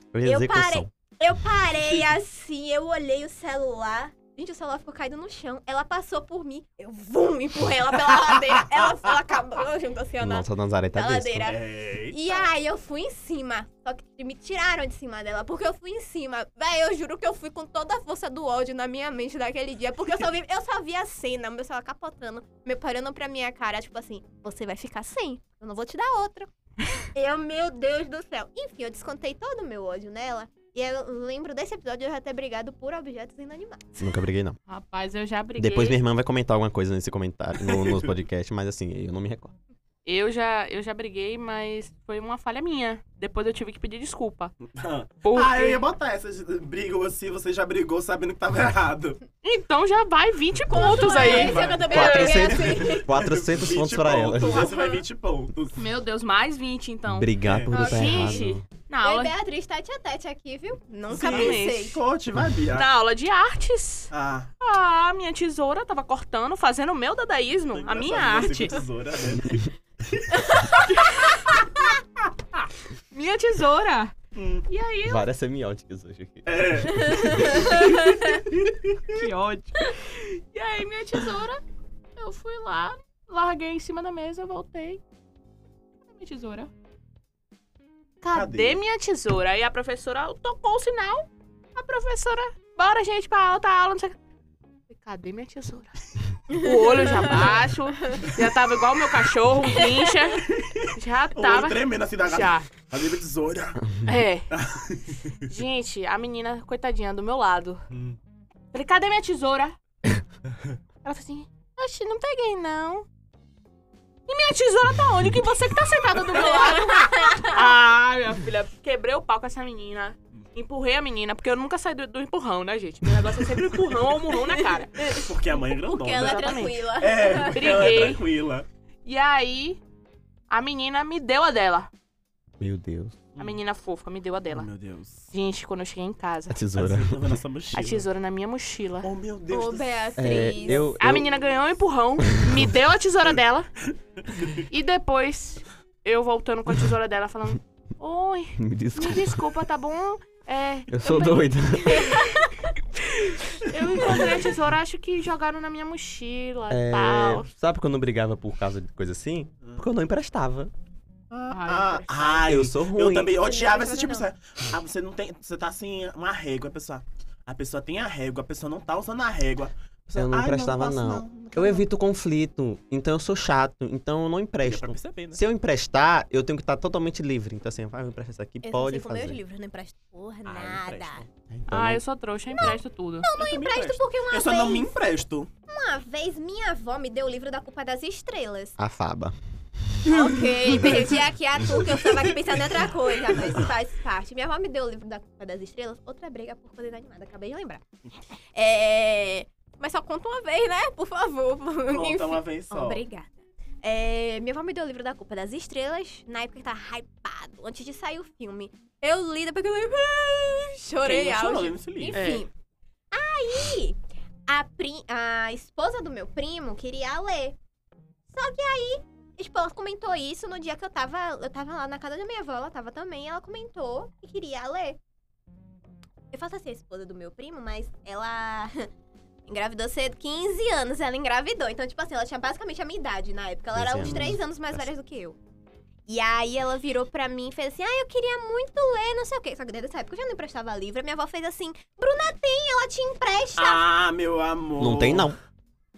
S4: Eu parei.
S1: Execução.
S4: Eu parei assim, eu olhei o celular. Gente, o celular ficou caído no chão. Ela passou por mim. Eu vum, empurrei ela pela ladeira. Ela, ela acabou junto assim, ó, na,
S1: Nossa, a Nazaré tá
S4: na
S1: disso.
S4: ladeira.
S2: Eita.
S4: E aí eu fui em cima. Só que me tiraram de cima dela, porque eu fui em cima. Véi, eu juro que eu fui com toda a força do ódio na minha mente daquele dia. Porque eu só vi, eu só vi a cena, meu celular capotando, me parando pra minha cara, tipo assim, você vai ficar sem, eu não vou te dar outro. Eu, meu Deus do céu. Enfim, eu descontei todo o meu ódio nela. E eu lembro desse episódio eu já ter brigado por objetos inanimados.
S1: Nunca briguei, não.
S3: Rapaz, eu já briguei.
S1: Depois minha irmã vai comentar alguma coisa nesse comentário, no, nos podcast, mas assim, eu não me recordo.
S3: Eu já, eu já briguei, mas foi uma falha minha. Depois eu tive que pedir desculpa.
S2: Ah, eu
S3: Porque...
S2: ia botar essas brigam assim, você já brigou sabendo que tava errado.
S3: Então já vai 20 pontos
S4: Mas
S3: aí.
S4: eu é que também briguei
S1: 400,
S4: assim.
S1: 400 pontos
S2: 20
S1: pra ela.
S2: pontos, Você vai 20 pontos.
S3: Meu Deus, mais 20 então.
S1: Brigar por
S4: Ah,
S1: lutar
S3: gente.
S1: errado.
S3: Na
S4: Oi,
S3: aula,
S4: Beatriz, tete a tete aqui, viu? Nunca
S2: Sim.
S4: pensei.
S2: Coach, vai, Bia.
S3: na aula de artes.
S2: Ah,
S3: Ah, minha tesoura tava cortando, fazendo o meu dadaísmo, a minha
S2: engraçado,
S3: arte.
S2: você com tesoura, né?
S3: Minha tesoura.
S2: Hum.
S3: E aí,
S1: Várias semióticas hoje aqui.
S2: É.
S3: que ódio. E aí, minha tesoura, eu fui lá, larguei em cima da mesa, voltei. Cadê minha tesoura? Cadê,
S2: Cadê?
S3: minha tesoura? Aí a professora tocou o sinal. A professora, bora, gente, pra alta aula, não sei o que. Falei, Cadê minha tesoura? O olho já baixo, já tava igual o meu cachorro, um pincher. Já
S2: O
S3: tava.
S2: olho tremendo assim da gata.
S3: Já.
S2: Cadê minha tesoura?
S3: É. Gente, a menina, coitadinha, do meu lado.
S2: Hum.
S3: Falei, cadê minha tesoura? Ela falou assim, oxe, não peguei não. E minha tesoura tá onde? Que você que tá sentada do meu lado. ah, minha filha, quebrei o pau com essa menina. Empurrei a menina, porque eu nunca saí do, do empurrão, né, gente? Meu negócio é sempre empurrão ou murrão na cara.
S2: Porque a mãe é grandona.
S4: Porque ela é
S3: Exatamente.
S4: tranquila.
S2: É, porque ela é
S3: Briguei.
S2: tranquila.
S3: E aí, a menina me deu a dela.
S1: Meu Deus.
S3: A menina fofa me deu a
S2: Oh,
S3: dela.
S2: meu Deus.
S3: Gente, quando eu cheguei em casa,
S1: A tesoura.
S2: Assim, tava nessa mochila.
S3: a tesoura na minha mochila.
S2: Oh, meu
S4: Ô,
S2: Deus. do céu.
S4: Beatriz.
S1: É, eu,
S3: A
S1: eu-
S3: menina ganhou um empurrão, me deu a tesoura dela. E depois, eu voltando com a tesoura dela, falando: Oi,
S1: Me
S3: me
S1: desculpa.
S3: desculpa, tá bom? É,
S1: Eu sou
S3: peguei-
S1: doida.
S3: Eu encontrei a tesoura, acho que jogaram na minha mochila e
S1: É,
S3: tal.
S1: sabe quando eu brigava por causa de coisa assim? Porque eu não emprestava.
S2: Ah,
S3: Ai,
S2: ai,
S1: Eu sou ruim.
S2: Eu também odiava
S4: Não,
S2: esse
S4: não,
S2: tipo.
S4: não.
S2: sabe? Ah, você não tem. Você tá assim, uma régua, a pessoa. A pessoa tem a régua, a pessoa não tá usando a régua. A pessoa,
S1: Eu não
S2: "Ai,
S1: emprestava,
S2: posso,
S1: não. Eu
S2: quero
S1: evito conflito, então eu sou chato, então eu não
S2: Deu
S1: empresto.
S2: pra perceber, né?
S1: Se eu emprestar, eu tenho que estar totalmente livre. Então assim, vai, eu empresto isso aqui,
S4: Eu
S1: pode
S4: só sei com meus
S1: fazer.
S4: livros, não empresto porra,
S2: Ah, eu
S4: nada.
S2: empresto.
S1: Então,
S3: ah, eu sou trouxa, eu empresto tudo.
S2: Eu também
S4: Empresto porque uma
S2: Eu só
S4: vez,
S2: não me empresto.
S4: uma vez minha avó me deu o livro da Culpa das Estrelas.
S1: A faba.
S4: ok, perdi aqui a tu, que eu estava aqui pensando em outra coisa, mas isso faz parte. Minha avó me deu o livro da Culpa das Estrelas, outra briga por coisa inanimada, acabei de lembrar. É... Mas só conta uma vez, né? Por favor.
S2: Conta
S4: Enfim.
S2: uma vez só.
S4: Obrigada. É, minha avó me deu o livro da Culpa das Estrelas, na época que tava hypado, antes de sair o filme. Eu li, depois que eu li, ah, chorei
S2: Quem não chorou
S4: áudio.
S2: lendo esse livro?
S4: Enfim. Aí, a, pri- a esposa do meu primo queria ler. Só que aí, a esposa comentou isso no dia que eu tava, eu tava lá na casa da minha avó, ela tava também, ela comentou que queria ler. Eu faço assim, a esposa do meu primo, mas ela engravidou cedo, 15 anos ela engravidou. Então, tipo assim, ela tinha basicamente a minha idade na época. Ela era
S1: 15
S4: uns
S1: anos.
S4: 3 anos mais
S1: Tá
S4: velha do que eu. E aí ela virou pra mim e fez assim: Ah, eu queria muito ler, não sei o quê. Só que desde essa época eu já não emprestava livro. A Minha avó fez assim: Bruna tem, ela te empresta.
S2: Ah, meu amor.
S1: Não tem, não.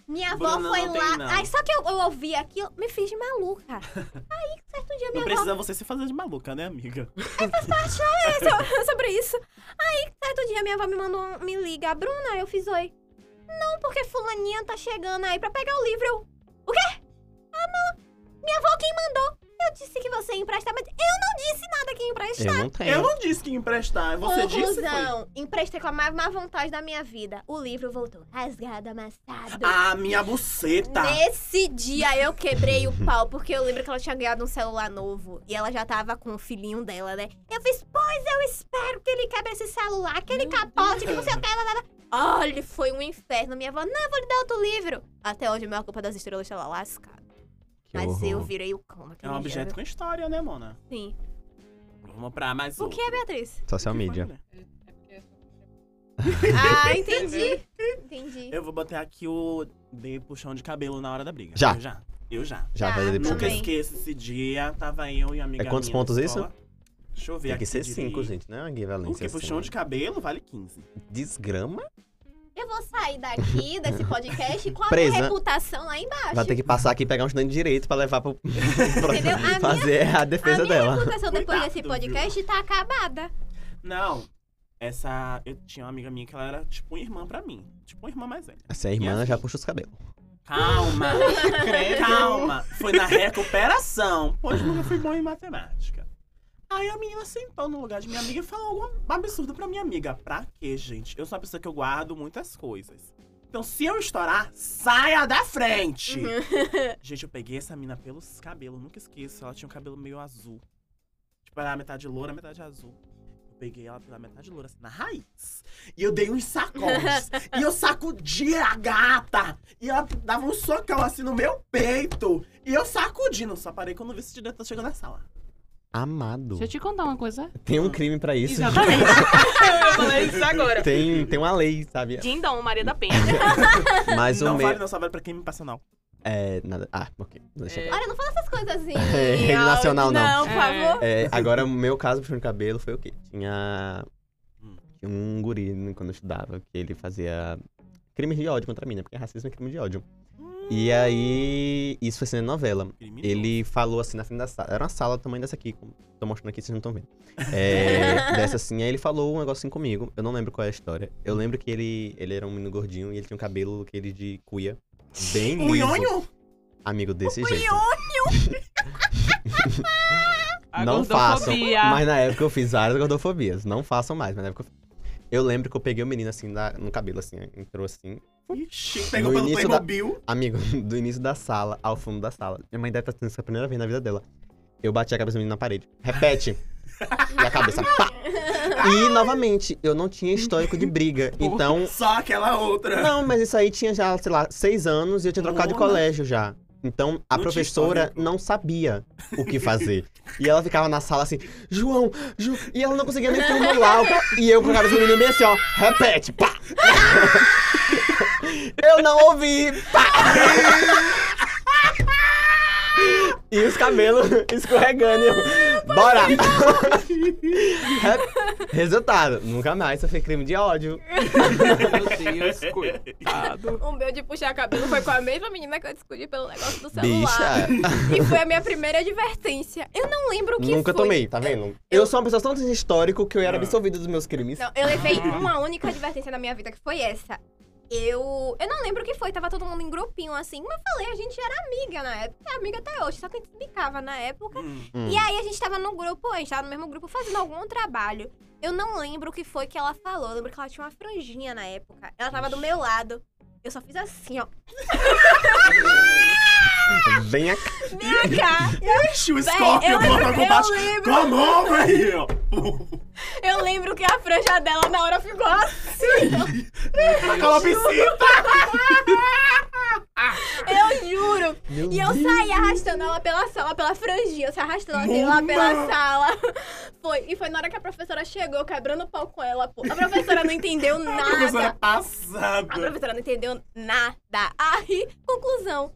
S4: Minha avó
S2: Bruna,
S4: foi
S2: não tem
S4: lá.
S2: não.
S4: Ai, só que eu, eu ouvi aquilo, me fiz de maluca. Aí, certo dia,
S2: Não
S4: minha avó
S2: precisa você se fazer de maluca, né, amiga?
S4: so- sobre isso. Aí, certo dia, minha avó me mandou, um- me liga, Bruna, eu fiz oi. Não, porque fulaninha tá chegando aí pra pegar o livro. Eu, O quê? Ah, não. Minha avó quem mandou. Eu disse que você emprestava. Eu não disse nada que emprestava.
S1: Eu não tenho.
S2: Eu não disse que ia emprestar. Você disse? Foi...
S4: Conclusão. Emprestei com a mais má vontade da minha vida. O livro voltou rasgado, amassado.
S2: Ah, minha buceta.
S4: Nesse dia eu quebrei o pau, porque eu lembro que ela tinha ganhado um celular novo. E ela já tava com o filhinho dela, né? Eu fiz, pois eu espero que ele quebre esse celular, que ele capote, que não
S2: É
S4: sei o que. Lá, lá, lá. Olha, foi um inferno. Minha avó, não, eu vou lhe dar outro livro. Até hoje, a maior culpa das estrelas estava lascada.
S1: Que
S4: Mas
S1: horror.
S4: eu virei o cão
S2: É
S4: naquele
S2: um
S4: dia,
S2: objeto com história, né, Mona?
S4: viu? Sim.
S2: Vamos pra mais
S4: O que é, Beatriz?
S1: Social media.
S4: Ah, entendi. Entendi.
S2: Eu vou botar aqui o de puxão de cabelo na hora da briga.
S1: Já.
S2: Eu já. Eu já.
S1: Já
S4: Tá,
S1: vai fazer
S4: nunca
S2: Nunca
S1: pra
S4: Também.
S2: esqueço esse dia. Tava eu e a amiga
S1: É quantos
S2: minha na
S1: pontos isso?
S2: escola. Deixa eu ver
S1: Tem
S2: aqui.
S1: que ser
S2: direito.
S1: 5, gente, né? Uma equivalência
S2: Porque
S1: assim.
S2: puxão de cabelo vale 15.
S1: Desgrama?
S4: Eu vou sair daqui desse podcast com a
S1: Presa.
S4: minha reputação lá embaixo.
S1: Vai ter que passar aqui e pegar um estudante de direito pra levar pro...
S4: Entendeu? A
S1: pra
S4: minha-
S1: fazer a defesa
S4: a minha
S1: dela.
S4: reputação depois desse
S2: Cuidado, viu?
S4: podcast tá acabada.
S2: Não. Essa. Eu tinha uma amiga minha que ela era tipo uma irmã pra mim. Tipo uma irmã mais velha.
S1: Essa irmã
S2: Minha-
S1: já puxa os cabelos.
S2: Calma! calma! Foi na recuperação, pois nunca fui bom em matemática. Aí a menina sentou no lugar de minha amiga e falou algum absurdo pra minha amiga. Pra quê, gente? Eu sou uma pessoa que eu guardo muitas coisas. Então, se eu estourar, saia da frente! Gente, eu peguei essa mina pelos cabelos, nunca esqueço. Ela tinha um cabelo meio azul. Tipo, era metade loura, metade azul. Eu peguei ela pela metade loura, assim, na raiz. E eu dei uns sacodes. e eu sacudi a gata. E ela dava um socão, assim, no meu peito. E eu sacudindo. Só parei quando vi esse diretor chegando na sala.
S1: Amado.
S3: Deixa eu te contar uma coisa.
S1: Tem um crime pra isso.
S3: Exatamente. eu ia falar isso agora.
S1: Tem, tem uma lei, sabe?
S3: Dindom, Maria da Penha.
S1: Mas
S2: não
S1: o
S2: vale,
S1: meu.
S2: não só vale pra crime passional.
S1: É. Nada. Ah, ok. Deixa eu
S3: É.
S1: falar.
S4: Olha, não fala essas coisas assim.
S1: É, rede nacional, não.
S4: Não, por
S3: É.
S4: favor.
S1: É, agora, o meu caso puxando de cabelo foi o quê? Tinha. tinha Um guri né, quando eu estudava, que ele fazia crimes de ódio contra mim, né? Porque racismo é crime de ódio. E aí. Isso foi sendo novela.
S2: Crime
S1: Ele falou assim na frente da sala. Era uma sala do tamanho dessa aqui. como Tô mostrando aqui, vocês não estão vendo. É, dessa assim. Aí ele falou um negócio assim comigo. Eu não lembro qual é a história. Eu lembro que ele, ele era um menino gordinho e ele tinha um cabelo aquele de cuia. Bem
S2: Um
S1: liso.
S2: nhonho?
S1: Amigo, desse jeito.
S3: A
S1: não façam.
S3: gordofobia.
S1: Mas na época eu fiz várias gordofobias. Não façam mais, mas na época eu fiz. Eu lembro que eu peguei o menino assim na- no cabelo, assim, entrou assim.
S2: Ixi, pegou
S1: No
S2: pelo
S1: início da-
S2: Playmobil.
S1: Amigo, do início da sala ao fundo da sala. Minha mãe deve tá estar tendo isso é a primeira vez na vida dela. Eu bati a cabeça do menino na parede. Repete! e a cabeça, pá! E novamente, eu não tinha histórico de briga. Então.
S2: Só aquela outra.
S1: Não, mas isso aí tinha já, sei lá, seis anos e eu tinha trocado de
S2: Nossa.
S1: colégio já. Então a
S2: Não tinha
S1: professora
S2: histórico.
S1: não sabia o que fazer. e ela ficava na sala assim, João, Ju... e ela não conseguia nem formular. o que- E eu com a cabeça do menino bem assim, ó, repete, pá! eu não ouvi, pá! e os cabelos escorregando. e eu, Bora! Re- Resultado, nunca mais sofri crime de ódio.
S3: Meu Deus, coitado.
S4: O meu de puxar cabelo foi com a mesma menina que eu discuti pelo negócio do celular.
S1: Bicha!
S4: E foi a minha primeira advertência. Eu não lembro o que
S1: Nunca
S4: foi.
S1: tomei, tá vendo? Eu... sou uma pessoa tão sem histórico que eu era absolvido dos meus crimes.
S4: Não, eu levei uma única advertência na minha vida, que foi essa. Eu. Eu não lembro o que foi, tava todo mundo em grupinho assim, mas falei, a gente era amiga na época, é amiga até hoje, só que a gente se bicava na época.
S2: Hum.
S1: Hum.
S4: E aí a gente tava no grupo, a gente tava no mesmo grupo fazendo algum trabalho. Eu não lembro o que foi que ela falou. Eu lembro que ela tinha uma franjinha na época. Ela tava do meu lado. Eu Eu só fiz assim, ó.
S1: Então, Vem aqui.
S4: Minha cara!
S2: Ixi, o
S4: eu
S2: Scorpion bota
S4: lembro- eu
S2: combate
S4: lembro.
S2: com a mão, velho.
S4: Eu lembro que a franja dela na hora ficou assim.
S2: Calopsita.
S4: Eu juro.
S1: Meu
S4: E eu saí arrastando ela pela sala, pela franjinha. Eu saí arrastando ela, assim, lá
S2: Mona!
S4: pela sala. Foi. E foi na hora que a professora chegou, quebrando o pau com ela, pô. A professora não entendeu
S2: A professora é
S4: nada. A
S2: passada.
S4: professora não entendeu nada. Aí, conclusão.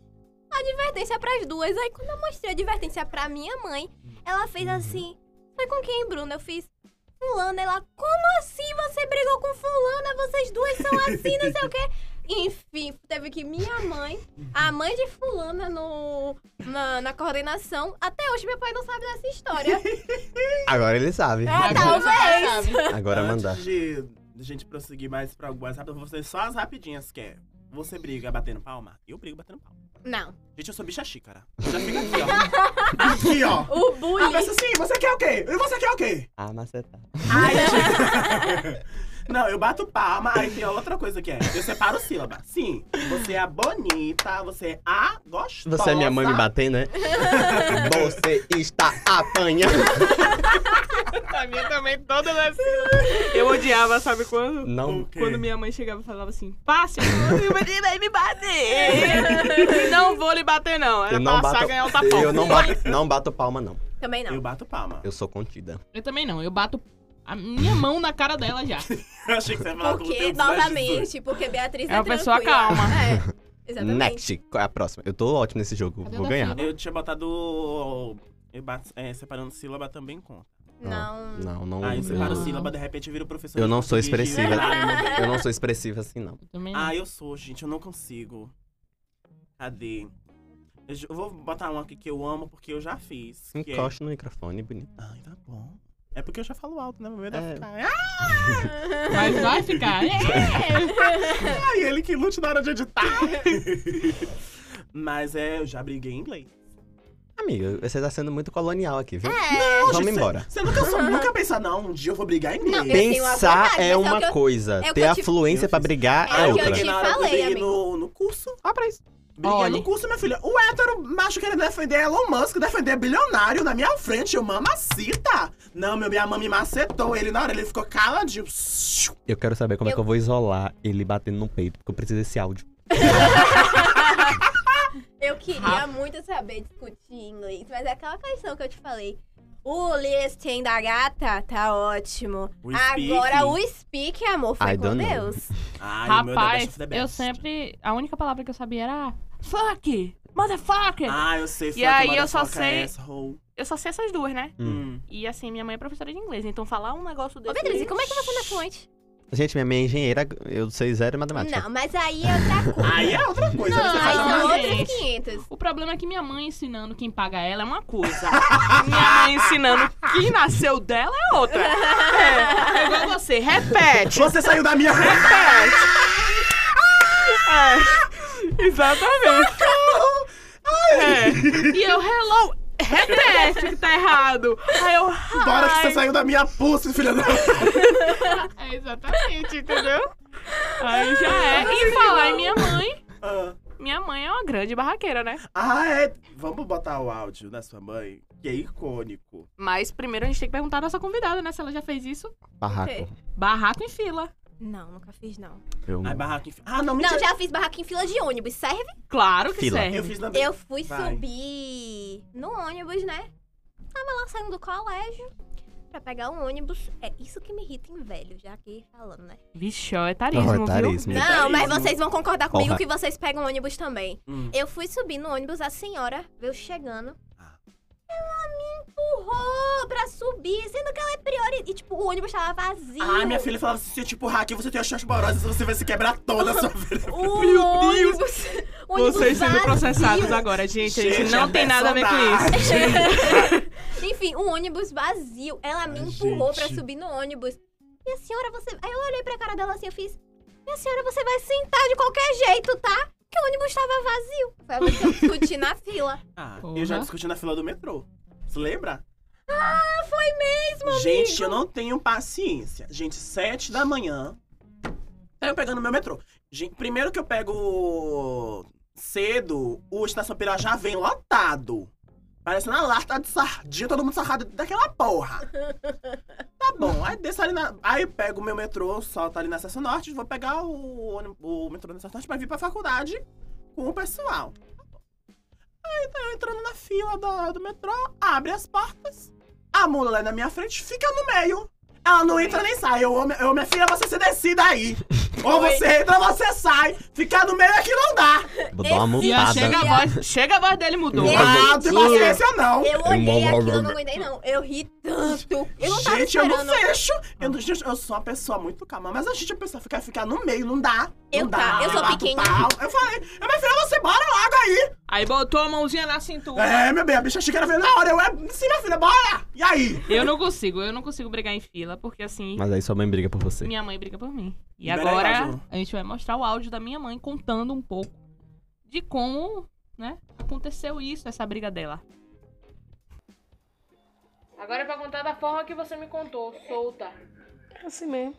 S4: Advertência pras duas. Aí, quando eu mostrei a advertência pra minha mãe, ela fez
S2: Uhum.
S4: assim. Foi com quem, Bruna? Eu fiz. Fulana, ela, como assim você brigou com fulana? Vocês duas são assim, não sei o quê. Enfim, teve que minha mãe, a mãe de fulana no, na, na coordenação, até hoje meu pai não sabe dessa história.
S1: Agora ele sabe.
S4: É, talvez.
S1: Agora
S2: Antes
S1: mandar.
S2: de a gente prosseguir mais pra algumas rápidas, vou fazer só as rapidinhas que é. Você briga batendo palma? Eu brigo batendo palma.
S4: Não,
S2: Gente, eu sou bicha xícara. Já fica aqui, ó. aqui, ó. Ah,
S4: o bullying.
S2: mas assim, você quer o quê? E você quer o quê?
S1: Ah, macetar.
S2: Ai, gente. Não, eu bato palma, aí tem outra coisa que é. Eu separo sílaba. Sim, você é a bonita, você é a gostosa.
S1: Você é minha mãe me bater, né? Você está apanhando.
S3: A minha também toda ela é assim. Eu odiava, sabe quando?
S1: Não.
S2: Ok.
S3: Quando minha mãe chegava e falava assim, passe, ele vai me bater. não vou lhe bater, não. Era
S1: Eu não
S3: passar
S1: bato.
S3: ganhar o tapão.
S1: Eu não bato, não bato palma, não.
S4: Também
S2: Eu
S4: não.
S2: bato palma.
S1: Eu sou contida.
S3: Eu também não, eu bato a minha mão na cara dela já.
S2: Eu achei que você ia falar do
S4: Porque,
S2: teu dos mais 18.
S4: novamente, porque Beatriz é,
S3: É uma pessoa
S4: tranquila.
S3: calma.
S4: É, exatamente.
S1: Next. Qual é a próxima? Eu tô ótimo nesse jogo.
S3: Cadê o
S1: Vou
S3: da
S1: ganhar.
S3: fila?
S2: Eu tinha botado. Eu bato, é, separando sílaba também conta.
S4: Não.
S1: Não, não.
S2: Aí eu
S1: eu,
S2: separo
S1: não
S2: sílaba, de repente vira o professor.
S1: eu
S2: de
S1: não sou
S2: português de
S1: expressiva.
S2: horário.
S1: eu não sou expressiva assim, não.
S3: Eu também não.
S2: Ah, eu sou, gente, eu não consigo. Cadê? Eu ju- eu vou botar um aqui que eu amo porque eu já fiz. que é-
S1: Encoste no microfone, bonito.
S2: Ai, tá bom. É porque eu já falo alto, né? Meu medo é
S1: É.
S2: ficar. Ah!
S3: Mas vai ficar. É.
S2: Ai, ele que lute na hora de editar. Mas é, eu já briguei em inglês.
S1: Amiga, você tá sendo muito colonial aqui, viu?
S4: É.
S1: Vamos embora.
S2: Você nunca, sou, nunca pensa, não, um dia eu vou brigar em inglês.
S4: Eu tenho a
S1: Pensar
S4: vontade,
S1: é
S4: mas é o
S1: uma
S4: que eu-
S1: coisa.
S4: é o que
S1: ter
S4: eu
S1: a
S4: te-
S1: fluência
S2: Eu
S1: pra
S2: fiz-
S1: brigar
S4: É
S1: é
S4: o que eu
S1: outra.
S4: te
S2: na hora que eu
S4: falei,
S2: briguei
S4: amigo.
S2: no, no curso.
S3: Ó pra isso.
S2: Briguei
S3: Olha.
S2: no curso, minha filha. O hétero macho querendo defender Elon Musk, defender bilionário na minha frente. Eu mamacita. Não, meu, minha mãe me macetou. Ele na hora, ele ficou caladinho.
S1: Eu quero saber como é
S4: Eu-
S1: que eu vou isolar ele batendo no peito, porque eu preciso desse áudio.
S4: Eu queria muito saber discutir inglês, mas é aquela questão que eu te falei. O listing da gata tá ótimo.
S2: O
S4: Agora o speak, amor, foi
S1: I
S4: com
S1: don't know.
S4: Deus.
S2: Ai, meu, the best
S3: Rapaz,
S2: of the
S3: eu
S2: best.
S3: sempre. A única palavra que eu sabia era fuck! Motherfucker!
S2: Ah, eu sei. fuck,
S3: aí eu só
S2: motherfucker,
S3: sei-
S2: asshole.
S3: Eu só sei essas duas, né?
S2: Hum.
S3: E assim, minha mãe é professora de inglês, então falar um negócio
S4: Ô,
S3: desse.
S4: Beatriz, e como é que você não é fluente?
S1: Gente, minha mãe é engenheira, eu sei zero em matemática.
S4: Não, mas aí é outra coisa.
S2: Aí é outra coisa.
S4: Não,
S2: você
S4: aí
S2: fala,
S4: são
S3: não,
S4: outros
S3: gente.
S4: 500.
S3: O problema é que minha mãe ensinando quem paga ela é uma coisa. minha mãe ensinando quem nasceu dela é outra. É, é igual você, repete.
S2: Você saiu da minha.
S3: É, exatamente. É. E eu, hello, repete que tá errado. Aí eu, hi.
S2: Bora que você tá- saiu da minha pulsa, filha da.
S3: É, exatamente, entendeu? Aí já é. E falar em minha mãe.
S2: Ah.
S3: Minha mãe é uma grande barraqueira, né?
S2: Ah, é. Vamos botar o áudio da sua mãe, que é icônico.
S3: Mas primeiro a gente tem que perguntar à nossa convidada, né? Se ela já fez isso.
S1: Barraco.
S4: Ok.
S3: Barraco em fila.
S4: Não, nunca fiz, não.
S1: Eu...
S2: Ai, barraca em fi- Ah, não, mentira.
S4: Não, já fiz barraca em fila de ônibus, serve?
S3: Claro que
S1: Fila.
S3: serve.
S2: Eu fiz na
S4: Eu fui
S2: Vai.
S4: subir no ônibus, né? Tava lá saindo do colégio pra pegar um ônibus. É isso que me irrita em velho, já que falando, né?
S3: Vixe, ó, é tarismo,
S1: Ó, é tarismo.
S3: viu?
S4: Não, mas
S2: Militarismo.
S4: vocês vão concordar comigo
S1: Porra.
S4: que vocês pegam ônibus também.
S2: Hum.
S4: Eu fui subir no ônibus, a senhora veio chegando.
S2: Ah.
S4: Ela me empurrou pra subir, sendo que ela é prioridade. E, tipo, o ônibus tava vazio.
S2: Ah, minha filha falava assim, se eu te empurrar aqui, você tem a chance morosa, você vai se quebrar toda a sua
S4: Uhum.
S2: vida.
S4: O
S3: Deus!
S4: ônibus. o ônibus
S3: Vocês sendo
S4: vazio.
S3: processados agora, gente. A gente
S2: Gente,
S3: não
S2: é
S3: tem nada a ver com
S2: personagem.
S3: isso.
S4: Enfim, um ônibus vazio. Ela me
S2: Ai,
S4: empurrou
S2: gente.
S4: pra subir no ônibus. Minha senhora, você. Aí eu olhei pra cara dela assim, eu fiz. Minha senhora, você vai sentar de qualquer jeito, tá? Porque o ônibus tava vazio. Foi a vez que eu discuti na fila.
S2: Ah, eu
S3: Porra.
S2: já discuti na fila do metrô. Você lembra?
S4: Ah, foi mesmo,
S2: Gente, tá eu não tenho paciência. Gente, sete da manhã, eu pegando meu metrô. Gente, primeiro que eu pego cedo, o Estação Pirá já vem lotado. Parece uma larta de sardinha, todo mundo sarrado daquela porra. Tá bom, aí desço ali na... Aí eu pego o meu metrô, solto ali na Seção Norte, vou pegar o, ônibus- o metrô na Seção Norte pra vir pra faculdade com o pessoal. Tá bom. Aí tá eu entrando na fila do, do metrô, abre as portas, a mula lá na minha frente fica no meio. Ela não entra nem sai. Eu, ô, minha- ô, minha filha, você se decida aí. Ou
S4: Oi.
S2: você entra ou você sai. Ficar no meio aqui não dá.
S1: Vou dar uma
S4: Esse-
S3: E aí
S1: multada.
S3: chega a voz, chega a voz dele mudou.
S1: Não.
S2: Ah, não tem
S4: Tadinha.
S2: paciência não.
S4: Eu olhei aquilo, eu não aguentei, não. Eu ri tanto. Eu não tava
S2: gente, eu
S4: esperando.
S2: não fecho. Eu, não- gente, eu sou uma pessoa muito calma, mas a gente, a pessoa fica, fica no meio, não dá.
S4: Eu
S2: não dá,
S4: tá- eu sou
S2: bato
S4: pequena.
S2: pau. Eu falei, eu, minha filha, você bora logo aí.
S3: Aí botou a mãozinha na cintura.
S2: É, meu bem, a bicha xícara veio na hora. Eu, é, sim, minha filha, bora. E aí?
S3: Eu não consigo, eu não consigo brigar em fila, porque assim,
S1: Mas aí sua mãe briga por você.
S3: minha mãe briga por mim. E
S2: Libera aí,
S3: agora
S2: Ju.
S3: a gente vai mostrar o áudio da minha mãe contando um pouco de como, né, aconteceu isso, essa briga dela. Agora é pra contar da forma que você me contou, solta.
S5: Assim mesmo.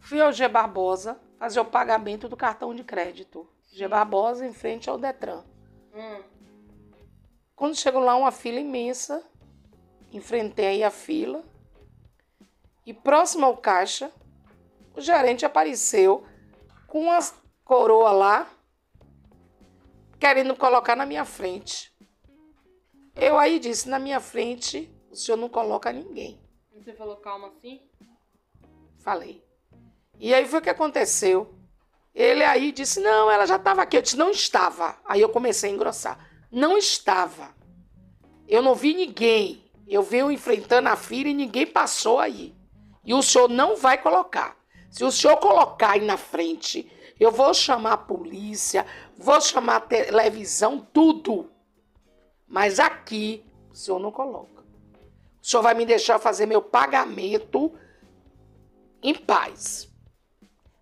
S5: Fui ao G Barbosa fazer o pagamento do cartão de crédito. G Barbosa em frente ao Detran. Quando chegou lá, uma fila imensa. Enfrentei aí a fila. E próximo ao caixa, o gerente apareceu com uma coroa lá, querendo colocar na minha frente. Eu aí disse: na minha frente, o senhor não coloca ninguém.
S3: Você falou calma assim?
S5: Falei. E aí foi o que aconteceu. Ele aí disse: Não, ela já estava aqui. Eu disse: Não estava. Aí eu comecei a engrossar. Não estava. Eu não vi ninguém. Eu venho enfrentando a fila e ninguém passou aí. E o senhor não vai colocar. Se o senhor colocar aí na frente, eu vou chamar a polícia, vou chamar a televisão, tudo. Mas aqui, o senhor não coloca. O senhor vai me deixar fazer meu pagamento em paz.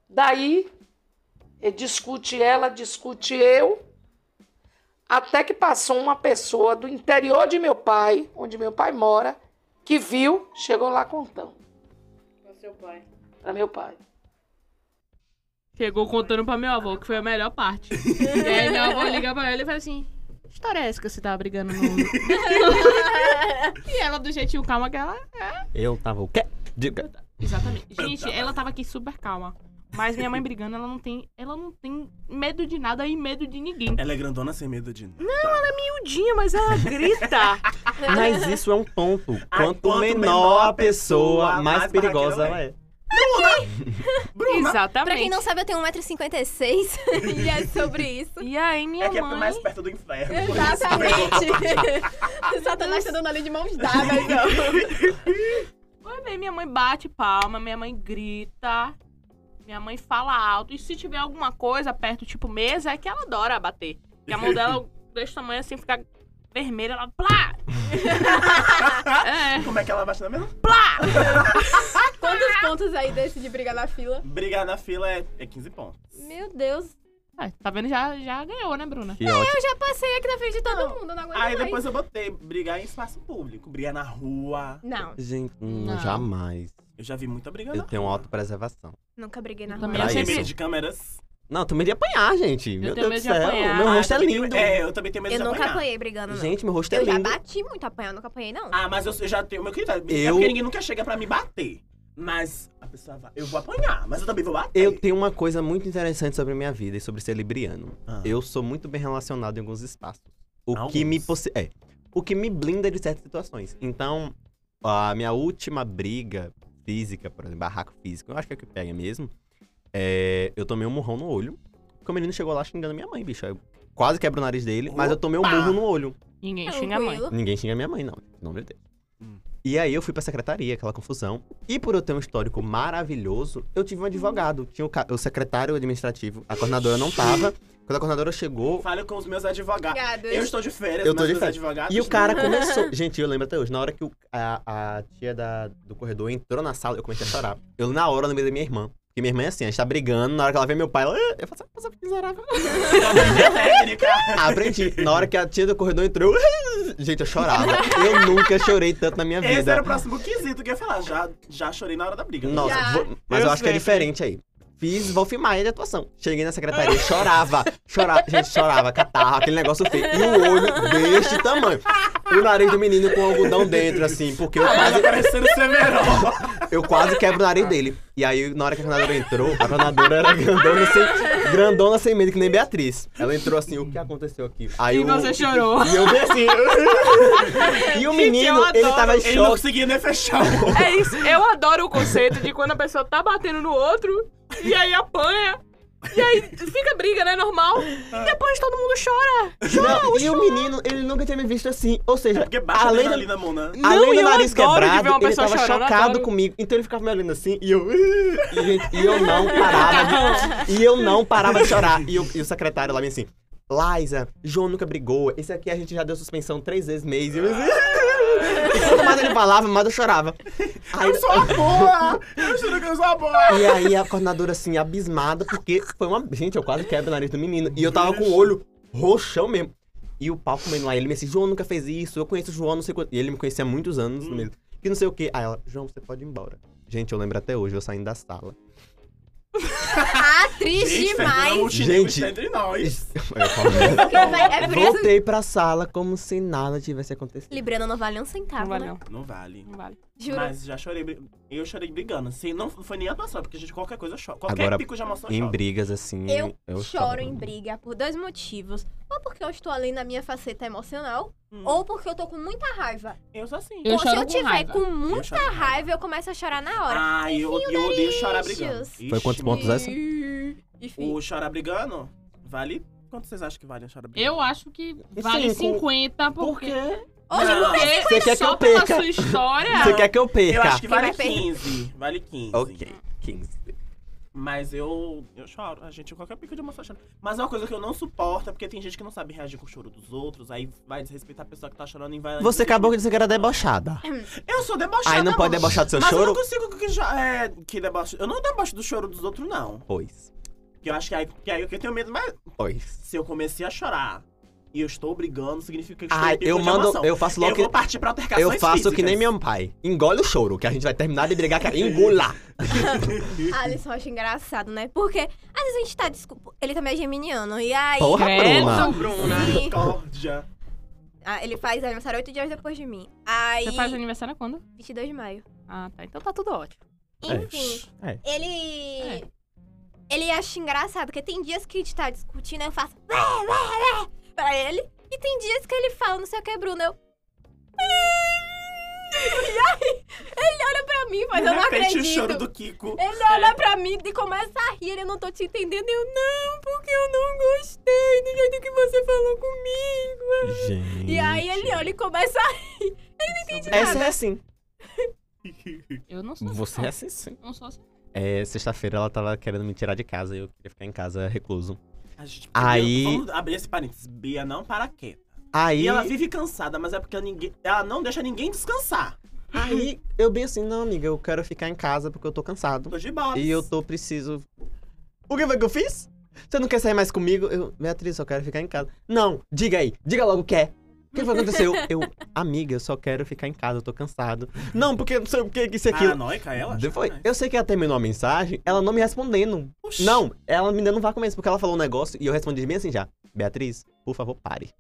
S5: Daí, eh, discute ela, discute eu, até que passou uma pessoa do interior de meu pai, onde meu pai mora, que viu, chegou lá contando
S3: Pra seu pai.
S5: para meu pai.
S3: Chegou contando pra meu avô, que foi a melhor parte. e aí meu avô liga pra ela e fala assim: "Que história é essa que você tava brigando no. e ela, do jeitinho calma que ela.
S1: Eu tava o quê? Diga.
S3: Exatamente. Gente, ela tava aqui super calma. Mas minha mãe brigando, ela não tem. Ela não tem medo de nada e meada de ninguém.
S2: Ela é grandona sem medo de...
S3: Miudinha, mas ela grita.
S1: Mas isso é um ponto.
S2: Ai,
S1: Quanto,
S2: quanto
S1: menor, a pessoa, mais, perigosa ela é.
S2: Bruna,
S4: Pra
S3: Exatamente.
S4: quem não sabe, eu tenho 1,56m e é sobre isso.
S3: E aí, minha
S2: é que é
S3: mãe.
S2: mais perto do inferno.
S4: Exatamente. Satanás tá dando ali de mãos dadas, não.
S3: Olha aí, minha mãe bate palma, minha mãe grita, minha mãe fala alto. E se tiver alguma coisa perto, tipo mesa, é que ela adora bater. E a mão dela, desse tamanho assim, fica vermelha, ela plá! é,
S2: Como é que ela bate na mesma?
S4: Quantos pontos aí desse de brigar na fila?
S2: Brigar na fila é, é 15 pontos.
S4: Meu Deus.
S3: Ah, tá vendo? Já, já ganhou, né, Bruna?
S1: Que ótimo.
S4: Eu já passei aqui na frente de todo mundo, não aguento
S2: Aí
S4: mais.
S2: depois eu botei brigar em espaço público, brigar na rua.
S4: Não,
S1: Gente, hum,
S3: Não.
S1: jamais.
S2: Eu já vi muita briga
S1: Eu
S2: na
S1: tenho
S2: rua.
S1: autopreservação.
S4: nunca briguei na
S3: Eu
S4: rua.
S3: também
S1: Pra
S2: Eu tenho
S1: isso.
S2: medo de câmeras.
S1: Não, eu também ia apanhar, gente. meu Deus
S3: tenho
S1: do
S3: medo de
S1: céu.
S3: apanhar.
S1: Meu
S2: Ah,
S1: rosto é
S2: também tenho-
S1: lindo.
S2: É, eu também tenho medo
S4: Eu
S2: de
S4: nunca
S2: apanhar.
S4: apanhei brigando, não.
S1: Gente, meu rosto é
S4: eu já
S1: lindo.
S4: bati muito apanhando, nunca apanhei, não.
S2: Ah, mas eu, eu já tenho meu critério. É
S1: Eu-
S2: porque ninguém nunca chega pra me bater. Mas a pessoa vai. Eu vou apanhar, mas eu também vou bater.
S1: Eu tenho uma coisa muito interessante sobre a minha vida e sobre ser libriano.
S2: Ah.
S1: Eu sou muito bem relacionado em alguns espaços. O
S2: Alguns.
S1: que me possi- é, o que me blinda de certas situações. Então, a minha última briga física, por exemplo, barraco físico, eu acho que é o que pega mesmo. é, eu tomei um murrão no olho. Porque o menino chegou lá xingando minha mãe, bicho. Eu quase quebro o nariz dele, mas eu tomei um
S2: Opa!
S1: murro no olho.
S3: Ninguém xinga a mãe.
S4: Tranquilo.
S1: Ninguém xinga minha mãe, não. Em nome de Deus.
S2: Hum.
S1: E aí eu fui pra secretaria, aquela confusão. E por eu ter um histórico maravilhoso, eu tive um advogado. Tinha o, ca- o secretário administrativo. A coordenadora não tava. Quando a coordenadora chegou.
S2: Falo com os meus advogados.
S4: Obrigada.
S2: Eu estou de férias,
S1: Eu tô
S2: mas
S1: de
S2: meus
S1: férias.
S2: advogados.
S1: E o cara começou. Gente, eu lembro até hoje. Na hora que o- a, a tia da- do corredor entrou na sala, eu comecei a chorar. Eu, na hora, lembrei da minha irmã. Porque minha irmã é assim, a gente tá brigando, na hora que ela vê meu pai, ela. "Ah", Eu faço, "Ah, que miserável. Ah,
S2: técnica.
S1: Aprendi. Na hora que a tia do corredor entrou, eu... gente, eu chorava. Eu nunca chorei tanto na minha vida.
S2: Esse era o próximo quesito que eu ia falar. Já, já chorei na hora da briga.
S1: Nossa,
S4: Já.
S1: vou- mas eu,
S3: Eu
S1: acho que é
S3: sempre.
S1: diferente aí. fiz Wolf Maia de atuação. Cheguei na secretaria, chorava, chorava, gente, chorava, catarro, aquele negócio feio. E o olho deste tamanho. E o nariz do menino com algodão dentro, assim, porque eu quase,
S2: Tá parecendo Severo.
S1: eu quase quebro o nariz dele. E aí, na hora que a coordenadora entrou, a coordenadora era grandona sem, grandona sem medo, que nem Beatriz. Ela entrou assim, o que aconteceu aqui? Aí
S3: E
S1: o-
S3: você chorou.
S1: E eu vi assim. e o
S3: Gente, eu
S1: menino,
S3: adoro.
S1: ele tava em
S2: Ele não
S1: choque.
S2: conseguia nem fechar o olho.
S3: É isso, eu adoro o conceito de quando a pessoa tá batendo no outro e aí apanha. E aí fica briga, né? Normal. E depois todo mundo chora.
S1: Não, e o menino, ele nunca tinha me visto assim. Ou seja,
S2: Porque baixa
S1: além,
S2: ali
S1: do,
S2: na mão, né?
S3: Não,
S1: além do
S3: eu
S1: nariz
S3: adoro de ver uma
S1: quebrado, ele
S3: pessoa
S1: tava
S3: chorando,
S1: chocado
S3: adoro.
S1: comigo. Então ele ficava me olhando assim e eu. E, gente, e eu não parava. e eu não parava de chorar. E, eu- e o secretário lá me assim. Liza, João nunca brigou. Esse aqui a gente já deu suspensão três vezes mês. E eu, assim, E quanto mais ele falava, mais eu chorava. Aí,
S2: Eu sou uma boa! Eu juro que eu sou uma boa!
S1: E aí a coordenadora, assim, abismada, porque foi uma. Gente, eu quase quebro o nariz do menino. E eu tava com o olho roxão mesmo. E o pau comendo lá. Ele me disse, João nunca fez isso, eu conheço o João, não sei quanto. E ele me conhecia há muitos anos mesmo. Que não sei o quê. Aí ela, João, você pode ir embora. Gente, eu lembro até hoje, eu saindo da sala.
S4: Atriz
S2: Fernanda
S4: Tá demais.
S1: Gente.
S2: Montenegro está entre nós.
S1: Eu falo,
S4: É por isso.
S1: Voltei pra sala como se nada tivesse acontecido.
S4: Librana não vale um centavo,
S3: Não vale,
S4: né?
S3: não.
S2: Não vale.
S3: Não vale.
S4: Juro.
S2: Mas já chorei. bri- Eu chorei brigando. Assim, não foi nem atuação, porque, gente, qualquer coisa chora. Qualquer
S1: Agora,
S2: pico de emoção
S1: Em
S2: chora.
S1: brigas, assim.
S4: Eu, choro
S1: ficava-
S4: em briga por dois motivos. Ou porque eu estou ali na minha faceta emocional,
S2: Hum.
S4: ou porque eu tô com muita raiva.
S2: Eu sou assim.
S3: Eu
S4: Ou se
S3: choro
S4: eu
S3: com
S4: tiver
S3: raiva.
S4: com
S2: Eu
S4: muita
S2: choro com raiva.
S4: raiva, eu começo a chorar na hora.
S2: Ah, eu, eu odeio chorar brigando.
S4: Foi
S1: Foi quantos
S2: Ixi,
S1: pontos essa?
S4: Ih, Enfim.
S2: O chorar brigando vale. Quanto vocês acham que vale um chorar brigando?
S6: Eu acho que
S1: E
S6: vale
S1: cinco?
S6: 50,
S1: Por
S6: porque.
S1: quê?
S4: Hoje
S2: Não.
S4: não tem
S1: Você quer que
S6: só
S1: eu
S6: pela
S1: perca?
S6: sua história.
S1: Você quer que eu perca?
S2: Eu acho que
S4: Quem
S2: vale
S4: vai perder?
S2: 15. Vale 15.
S1: Ok, 15.
S2: Mas eu, eu choro. A gente, qualquer pico de emoção chora. Mas é uma coisa que eu não suporto, é porque tem gente que não sabe reagir com o choro dos outros, aí vai desrespeitar a pessoa que tá chorando e vai...
S1: Você acabou de dizer que era debochada.
S2: Eu sou debochada,
S1: Aí não pode
S2: mano.
S1: debochar do seu
S2: Mas eu
S1: Então, choro?
S2: não consigo que, jo- é, que deboche... Eu não debocho do choro dos outros, não.
S1: Pois,
S2: Porque eu acho que aí, que aí eu tenho medo, mas
S1: pois.
S2: se eu comecei a chorar e eu estou brigando, significa que eu estou
S1: Ai,
S2: em pico
S1: eu
S2: de
S1: mando,
S2: emoção.
S1: eu faço
S2: Eu
S1: logo
S2: vou
S1: que.
S2: partir pra altercações
S1: Eu faço que nem
S2: físicas.
S1: meu pai. Engole o choro, que a gente vai terminar de brigar, que é engolar.
S4: Alisson acha engraçado, né? Porque às vezes a gente tá, desculpa, ele também é geminiano. E aí,
S1: Porra, Bruna.
S6: Credo, Bruna.
S4: Sim.
S2: Misericórdia.
S4: ah, ele faz aniversário oito dias depois de mim. Aí,
S6: Você faz aniversário quando?
S4: 22 de maio.
S6: Ah, tá. Então tá tudo ótimo.
S4: Enfim,
S1: É.
S4: ele...
S6: É.
S4: Ele acha engraçado, porque tem dias que a gente tá discutindo, eu faço... Vé, vé, vé, pra ele. E tem dias que ele fala, não sei o que, Bruno, eu... "Hum". E aí, ele olha pra mim, mas
S2: De
S4: eu não
S2: repente, o
S4: acredito.
S2: choro do Kiko.
S4: Ele olha pra mim e começa a rir, eu não tô te entendendo. Eu, não, porque eu não gostei do jeito que você falou comigo.
S1: Gente.
S4: E aí ele olha e começa a rir.
S1: Essa é assim.
S6: Eu não sou assim,
S1: Você
S6: não.
S1: é assim, sim.
S6: Eu Não sou assim.
S1: É, sexta-feira ela tava querendo me tirar de casa e eu queria ficar em casa recluso.
S2: A gente-
S1: Aí-
S2: Vamos abrir esse parênteses. Bia não para quê?
S1: Aí.
S2: E ela vive cansada, mas é porque ninguém, ela não deixa ninguém descansar.
S1: Aí eu bem assim, não, amiga, eu quero ficar em casa porque eu tô cansado.
S2: Tô de bola.
S1: E eu tô preciso. O que foi que eu fiz? Você não quer sair mais comigo? Eu, Beatriz, eu quero ficar em casa. Não, diga aí, diga logo o que é. O que foi que aconteceu? Eu, amiga, eu só quero ficar em casa, eu tô cansado. Não, porque Ah, não sei o que, que isso e aquilo.
S2: Paranoica ela?
S1: Depois,
S2: Paranoica.
S1: eu sei que ela terminou a mensagem, ela não me respondendo.
S2: Oxi.
S1: Não, ela me dando um vácuo mesmo, porque ela falou um negócio e eu respondi bem assim já. Beatriz, por favor, pare.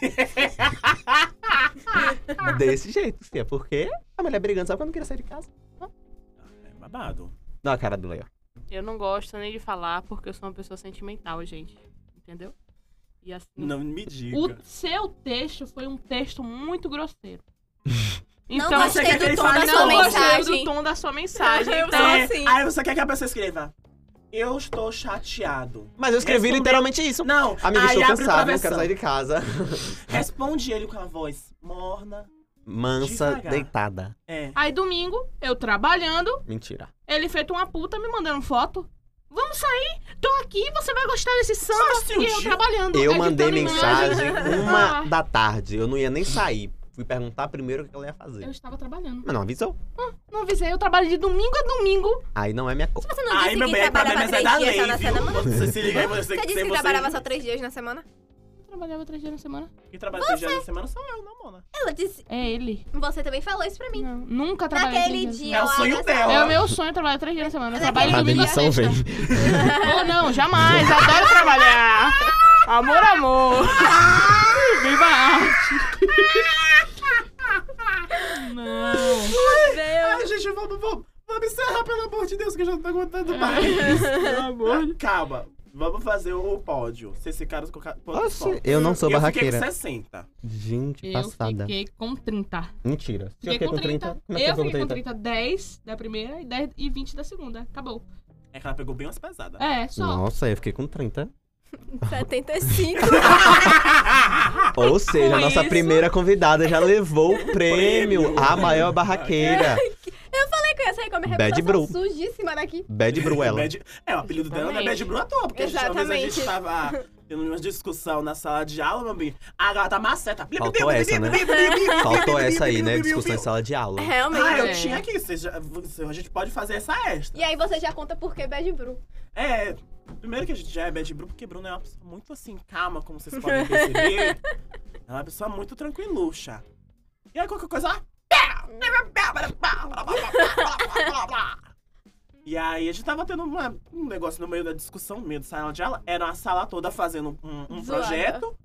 S1: Desse jeito, fia, porque a mulher brigando sabe que eu não queria sair de casa.
S2: É babado.
S1: Não, a cara do Leo.
S3: Eu não gosto nem de falar porque eu sou uma pessoa sentimental, gente. Entendeu? E assim.
S2: Não me diga.
S6: O seu texto foi um texto muito grosseiro. Então,
S4: não
S2: você quer
S4: gostei
S2: que ele
S4: do tom
S2: fale
S4: da
S2: da
S4: sua
S2: sua
S3: não gostei
S4: mensagem.
S3: do tom da sua mensagem.
S4: Eu
S3: Então,
S2: é
S4: sou assim.
S2: Aí você quer que a pessoa escreva. Eu estou chateado.
S1: Mas eu escrevi
S2: Respondeu.
S1: literalmente isso.
S2: Não,
S1: Amiga,
S2: aí
S1: estou
S2: abre outra
S1: cansado, não
S2: versão.
S1: quero sair de casa.
S2: Responde ele com a voz morna.
S1: Mansa,
S2: Devagar.
S1: deitada.
S2: É.
S6: aí domingo, eu trabalhando,
S1: Mentira.
S6: ele feito uma puta me mandando foto. Vamos sair? Tô aqui, você vai gostar desse samba.
S2: Só se um
S6: E eu
S2: dia-
S6: trabalhando.
S1: Eu
S3: é
S6: editando
S1: mandei
S3: né?
S6: imagem.
S1: mensagem uma
S6: Ah,
S1: da tarde. Eu não ia nem sair. Fui perguntar primeiro o que ela ia fazer.
S6: Eu estava trabalhando.
S1: Mas não avisou.
S6: Não avisei, eu trabalho de domingo a domingo.
S1: Aí não é minha culpa.
S4: Você Ah, não
S2: Aí,
S4: disse
S2: meu
S4: que
S2: bem, é
S4: trabalhava
S2: problema é
S4: três
S2: da
S4: dias
S2: lei,
S4: só na
S2: viu?
S4: semana?
S2: Você se liga aí, você
S4: Você disse
S2: sem
S4: que
S2: você-
S4: trabalhava só três dias na semana?
S6: trabalhava três dias na semana.
S2: E trabalha três dias na semana sou eu, não, Mona.
S4: Ela disse.
S6: É ele.
S4: Você também falou isso pra mim.
S6: Não, nunca trabalhei
S4: Naquele
S6: três dias.
S4: dia
S2: É o
S4: lá
S2: sonho
S4: na
S2: dela.
S6: É o meu sonho trabalhar três dias na semana. Eu trabalho
S1: A
S6: domingo à
S1: demissão
S6: sexta.
S1: vem.
S6: Ou não, jamais. Adoro trabalhar. Amor, amor. Viva a arte. Não.
S2: Ai, gente, vamos, vamos, vamos encerrar, pelo amor de Deus, que eu já não tô aguentando mais. Ah,
S6: Pelo amor de
S2: Calma, vamos fazer o pódio. Vocês ficaram com ca- quantos
S1: Oxi,
S2: pontos?
S1: eu não sou
S2: eu
S1: barraqueira.
S2: Fiquei com 60.
S1: Gente,
S6: Eu
S1: passada.
S6: fiquei com 30.
S1: Mentira. Se eu fiquei com 30, como é que
S6: eu
S1: ficou
S6: fiquei com 30. 10 da primeira e, 10, e 20 da segunda. Acabou.
S2: É que ela pegou bem umas pesadas.
S6: É, só.
S1: Nossa, eu fiquei com 30.
S4: 75.
S1: Ou seja, a nossa
S6: isso-
S1: primeira convidada já levou o prêmio.
S2: Prêmio.
S1: A maior barraqueira.
S4: Falei né, que eu ia sair com a minha
S1: Bad
S4: reputação
S1: bro.
S4: sujíssima daqui.
S1: Bad Bruella.
S2: Bad- É, o apelido dela não é Bad Bru à toa, porque Exatamente. a gente tava tendo uma discussão na sala de aula, meu bem. Ah, ela tá maceta. Blim,
S1: Faltou
S2: blim,
S1: essa,
S2: blim,
S1: né?
S2: blim, blim, blim, blim,
S1: Faltou
S2: blim,
S1: essa aí,
S2: blim,
S1: né?
S2: blim,
S1: Discussão em
S2: blim,
S1: sala de aula.
S4: Realmente.
S2: Ah, eu
S6: É.
S2: tinha aqui. vocês já- você- A gente pode fazer essa extra.
S4: E aí você já conta por que Bad Bru.
S2: É, primeiro que a gente já é bad Bru, porque Bruno é uma pessoa muito assim, calma, como vocês podem perceber. é uma pessoa muito tranquiluxa. E aí qualquer coisa, ela- E aí a gente tava tendo uma- um negócio no meio da discussão, no meio da sala de aula. Era uma sala toda fazendo um, um
S4: Zoada.
S2: projeto.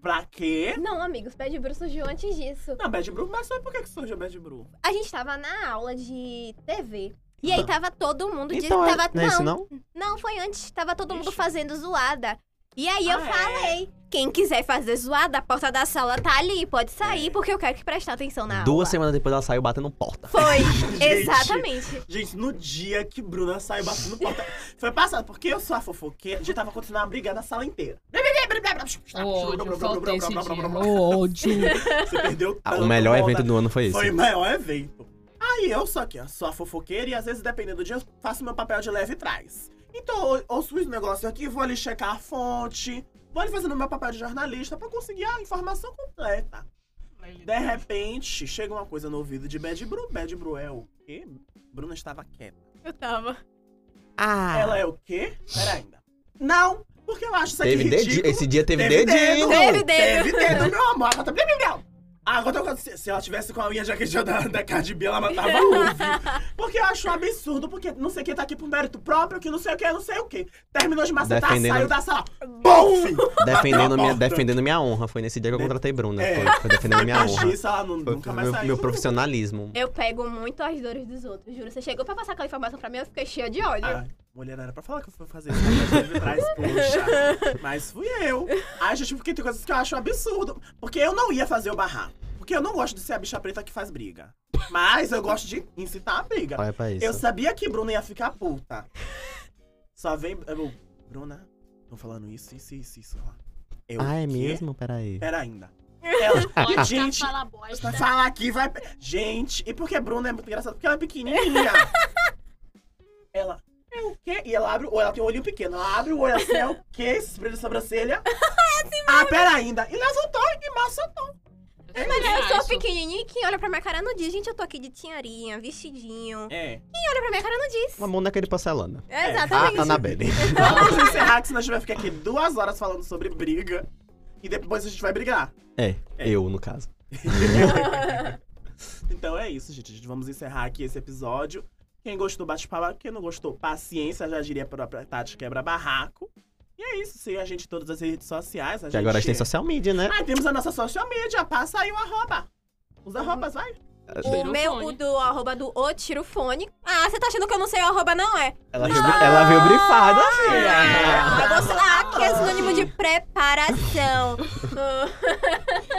S2: Pra quê?
S4: Não, amigos, Bad Bru surgiu antes disso.
S2: Não, Bad Bru, mas sabe por que que surgiu Bad Bru?
S4: A gente tava na aula de TV. E aí tava todo mundo de,
S1: Tá. Então, é-
S4: tava,
S1: não é isso não?
S4: Não, foi antes. Tava todo mundo
S2: Ixi.
S4: fazendo zoada. E aí eu
S2: Ah, é?
S4: falei, quem quiser fazer zoada, a porta da sala tá ali, pode sair, porque eu quero que prestar atenção na
S1: Duas
S4: aula.
S1: semanas depois ela saiu batendo porta.
S4: Foi,
S2: Gente.
S4: exatamente.
S2: Gente, no dia que Bruna saiu batendo porta. Foi passado, porque eu sou a fofoqueira, já tava acontecendo uma briga na sala inteira.
S6: O ódio, faltei esse dia. O ódio.
S2: Você perdeu
S1: Ah,
S2: tanto,
S1: o melhor
S2: Mona.
S1: evento do ano foi esse.
S2: Foi o maior evento. Aí eu só que eu sou a fofoqueira e às vezes, dependendo do dia, eu faço meu papel de leve e trás. Então eu ouço os negócios aqui, vou ali checar a fonte, vou ali fazendo meu papel de jornalista pra conseguir a informação completa. De repente, chega uma coisa no ouvido de Bad Bru. Bad Bru é o quê? Bruna estava quieta.
S4: Eu tava.
S1: Ah.
S4: Ah.
S2: Ela é o quê? Pera ainda. Não, porque eu acho isso aqui
S1: Teve dedinho.
S2: ridículo.
S1: Esse dia teve,
S2: Teve
S1: dedinho.
S2: dedo.
S4: Teve dedo.
S2: Teve dedo, meu amor. Ela tá blim, blim, blim. Agora, eu- se, se ela tivesse com a minha jaquetinha da, da Cardi B, ela matava um, viu? Porque eu acho um absurdo, porque não sei quem tá aqui por mérito próprio, que não sei o que, não sei o que. Terminou de macetar,
S1: Defendendo-
S2: saiu da sala. Bom, fim!
S1: Defendendo, minha,
S2: porta.
S1: defendendo minha honra. Foi nesse dia que eu contratei Bruna.
S2: É.
S1: Foi, foi defendendo minha
S2: Depois
S1: honra.
S2: disso, ela nu-
S1: Foi
S2: nunca mais
S1: meu,
S2: saiu.
S1: meu profissionalismo.
S4: Eu pego muito as dores dos outros, juro. Você chegou pra passar aquela informação pra mim, eu fiquei cheia de ódio.
S2: Ai, Ah, mulher, não era pra falar que eu fui fazer isso, mas teve trás, poxa. Mas fui eu. Ai, gente, porque tem coisas que eu acho um absurdo. Porque eu não ia fazer o barraco. Porque eu não gosto de ser a bicha preta que faz briga. Mas eu gosto de incitar a briga.
S1: Olha pra isso.
S2: Eu sabia que Bruna ia ficar puta. Só vem. eu- Bruna, tô falando isso, isso, isso, isso. lá. Eu,
S1: Ah, é
S2: "Quê?
S1: mesmo? Peraí.
S2: Pera ainda.
S3: tá
S2: Ela, gente,
S6: Fala
S2: vai
S6: bosta.
S2: falar aqui, vai. Gente, e porque a Bruna é muito engraçada? Porque ela é pequenininha. ela, é o quê? E ela abre o olho, ela tem um olhinho pequeno. Ela abre o olho assim, é o quê? Espreme a sobrancelha. ah, pera ainda. E levantou e maçotou.
S6: É
S4: Mas
S3: é
S4: eu sou
S6: Isso.
S4: pequenininha e quem olha pra minha cara não diz. Gente, eu tô aqui de tinharinha, vestidinho.
S2: É.
S4: Quem olha pra minha cara não diz.
S1: Uma boneca de porcelana. Ah,
S4: É,
S1: A
S4: exatamente.
S1: Annabelle.
S2: Vamos encerrar, que senão a gente vai ficar aqui duas horas falando sobre briga. E depois a gente vai brigar.
S1: É,
S2: É.
S1: eu, no caso.
S2: Então é isso, gente. A gente vamos encerrar aqui esse episódio. Quem gostou, bate palma. Quem não gostou, paciência. Já diria a própria Tati quebra barraco. E é isso. Siga a gente em todas as redes sociais. A
S1: Que
S2: gente...
S1: agora a gente tem social media, né?
S2: Ah, temos a nossa social media. Passa aí o arroba. Os arrobas, vai.
S4: O meu, o do arroba do O Tirofone. Ah, você tá achando que eu não sei o arroba, não é?
S1: Ela veio, ela veio brifada,
S2: É.
S1: filha.
S4: Ah, eu vou falar que é sinônimo de preparação.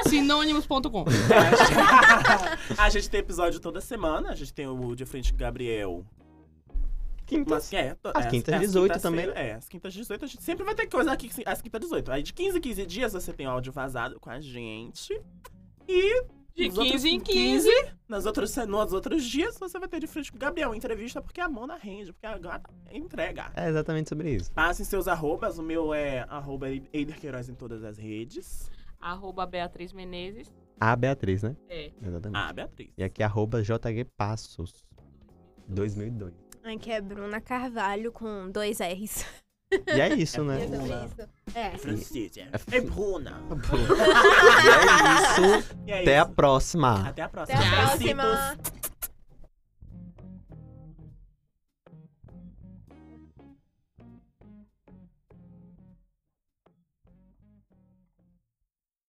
S4: Ah,
S6: Sinônimos.com.
S2: a gente tem episódio toda semana. A gente tem o de frente com o Gabriel.
S1: Quinta.
S2: Mas, é, to-
S1: Às
S2: é,
S1: quintas
S2: é, às
S1: 18
S2: quintas-
S1: também.
S2: É, as quintas 18. A gente sempre vai ter coisa aqui às quintas 18. Aí de 15 em 15 dias você tem áudio vazado com a gente. E.
S6: De
S2: nos outros
S6: 15 em 15.
S2: Nos outros, nos outros dias você vai ter de frente com o Gabriel. Entrevista porque a Mona rende, porque a gata entrega.
S1: É exatamente sobre isso.
S2: Passem seus arrobas. O meu é arroba Eider Queiroz em todas as redes.
S6: Arroba Beatriz Menezes.
S1: A Beatriz, né?
S6: É.
S1: Exatamente.
S2: Ah, Beatriz.
S1: E aqui, arroba JG Passos. 2002.
S4: Ai, que é Bruna Carvalho com dois R's.
S1: E é isso, né?
S4: É sobre
S2: Bruna.
S4: isso. É.
S2: Francisca.
S1: É-
S2: É Bruna. é
S1: E é isso.
S2: E é
S1: Até a
S2: isso.
S1: próxima.
S2: Até a
S4: Até
S2: próxima.
S4: a
S2: Tchau,
S4: próxima.
S2: citos.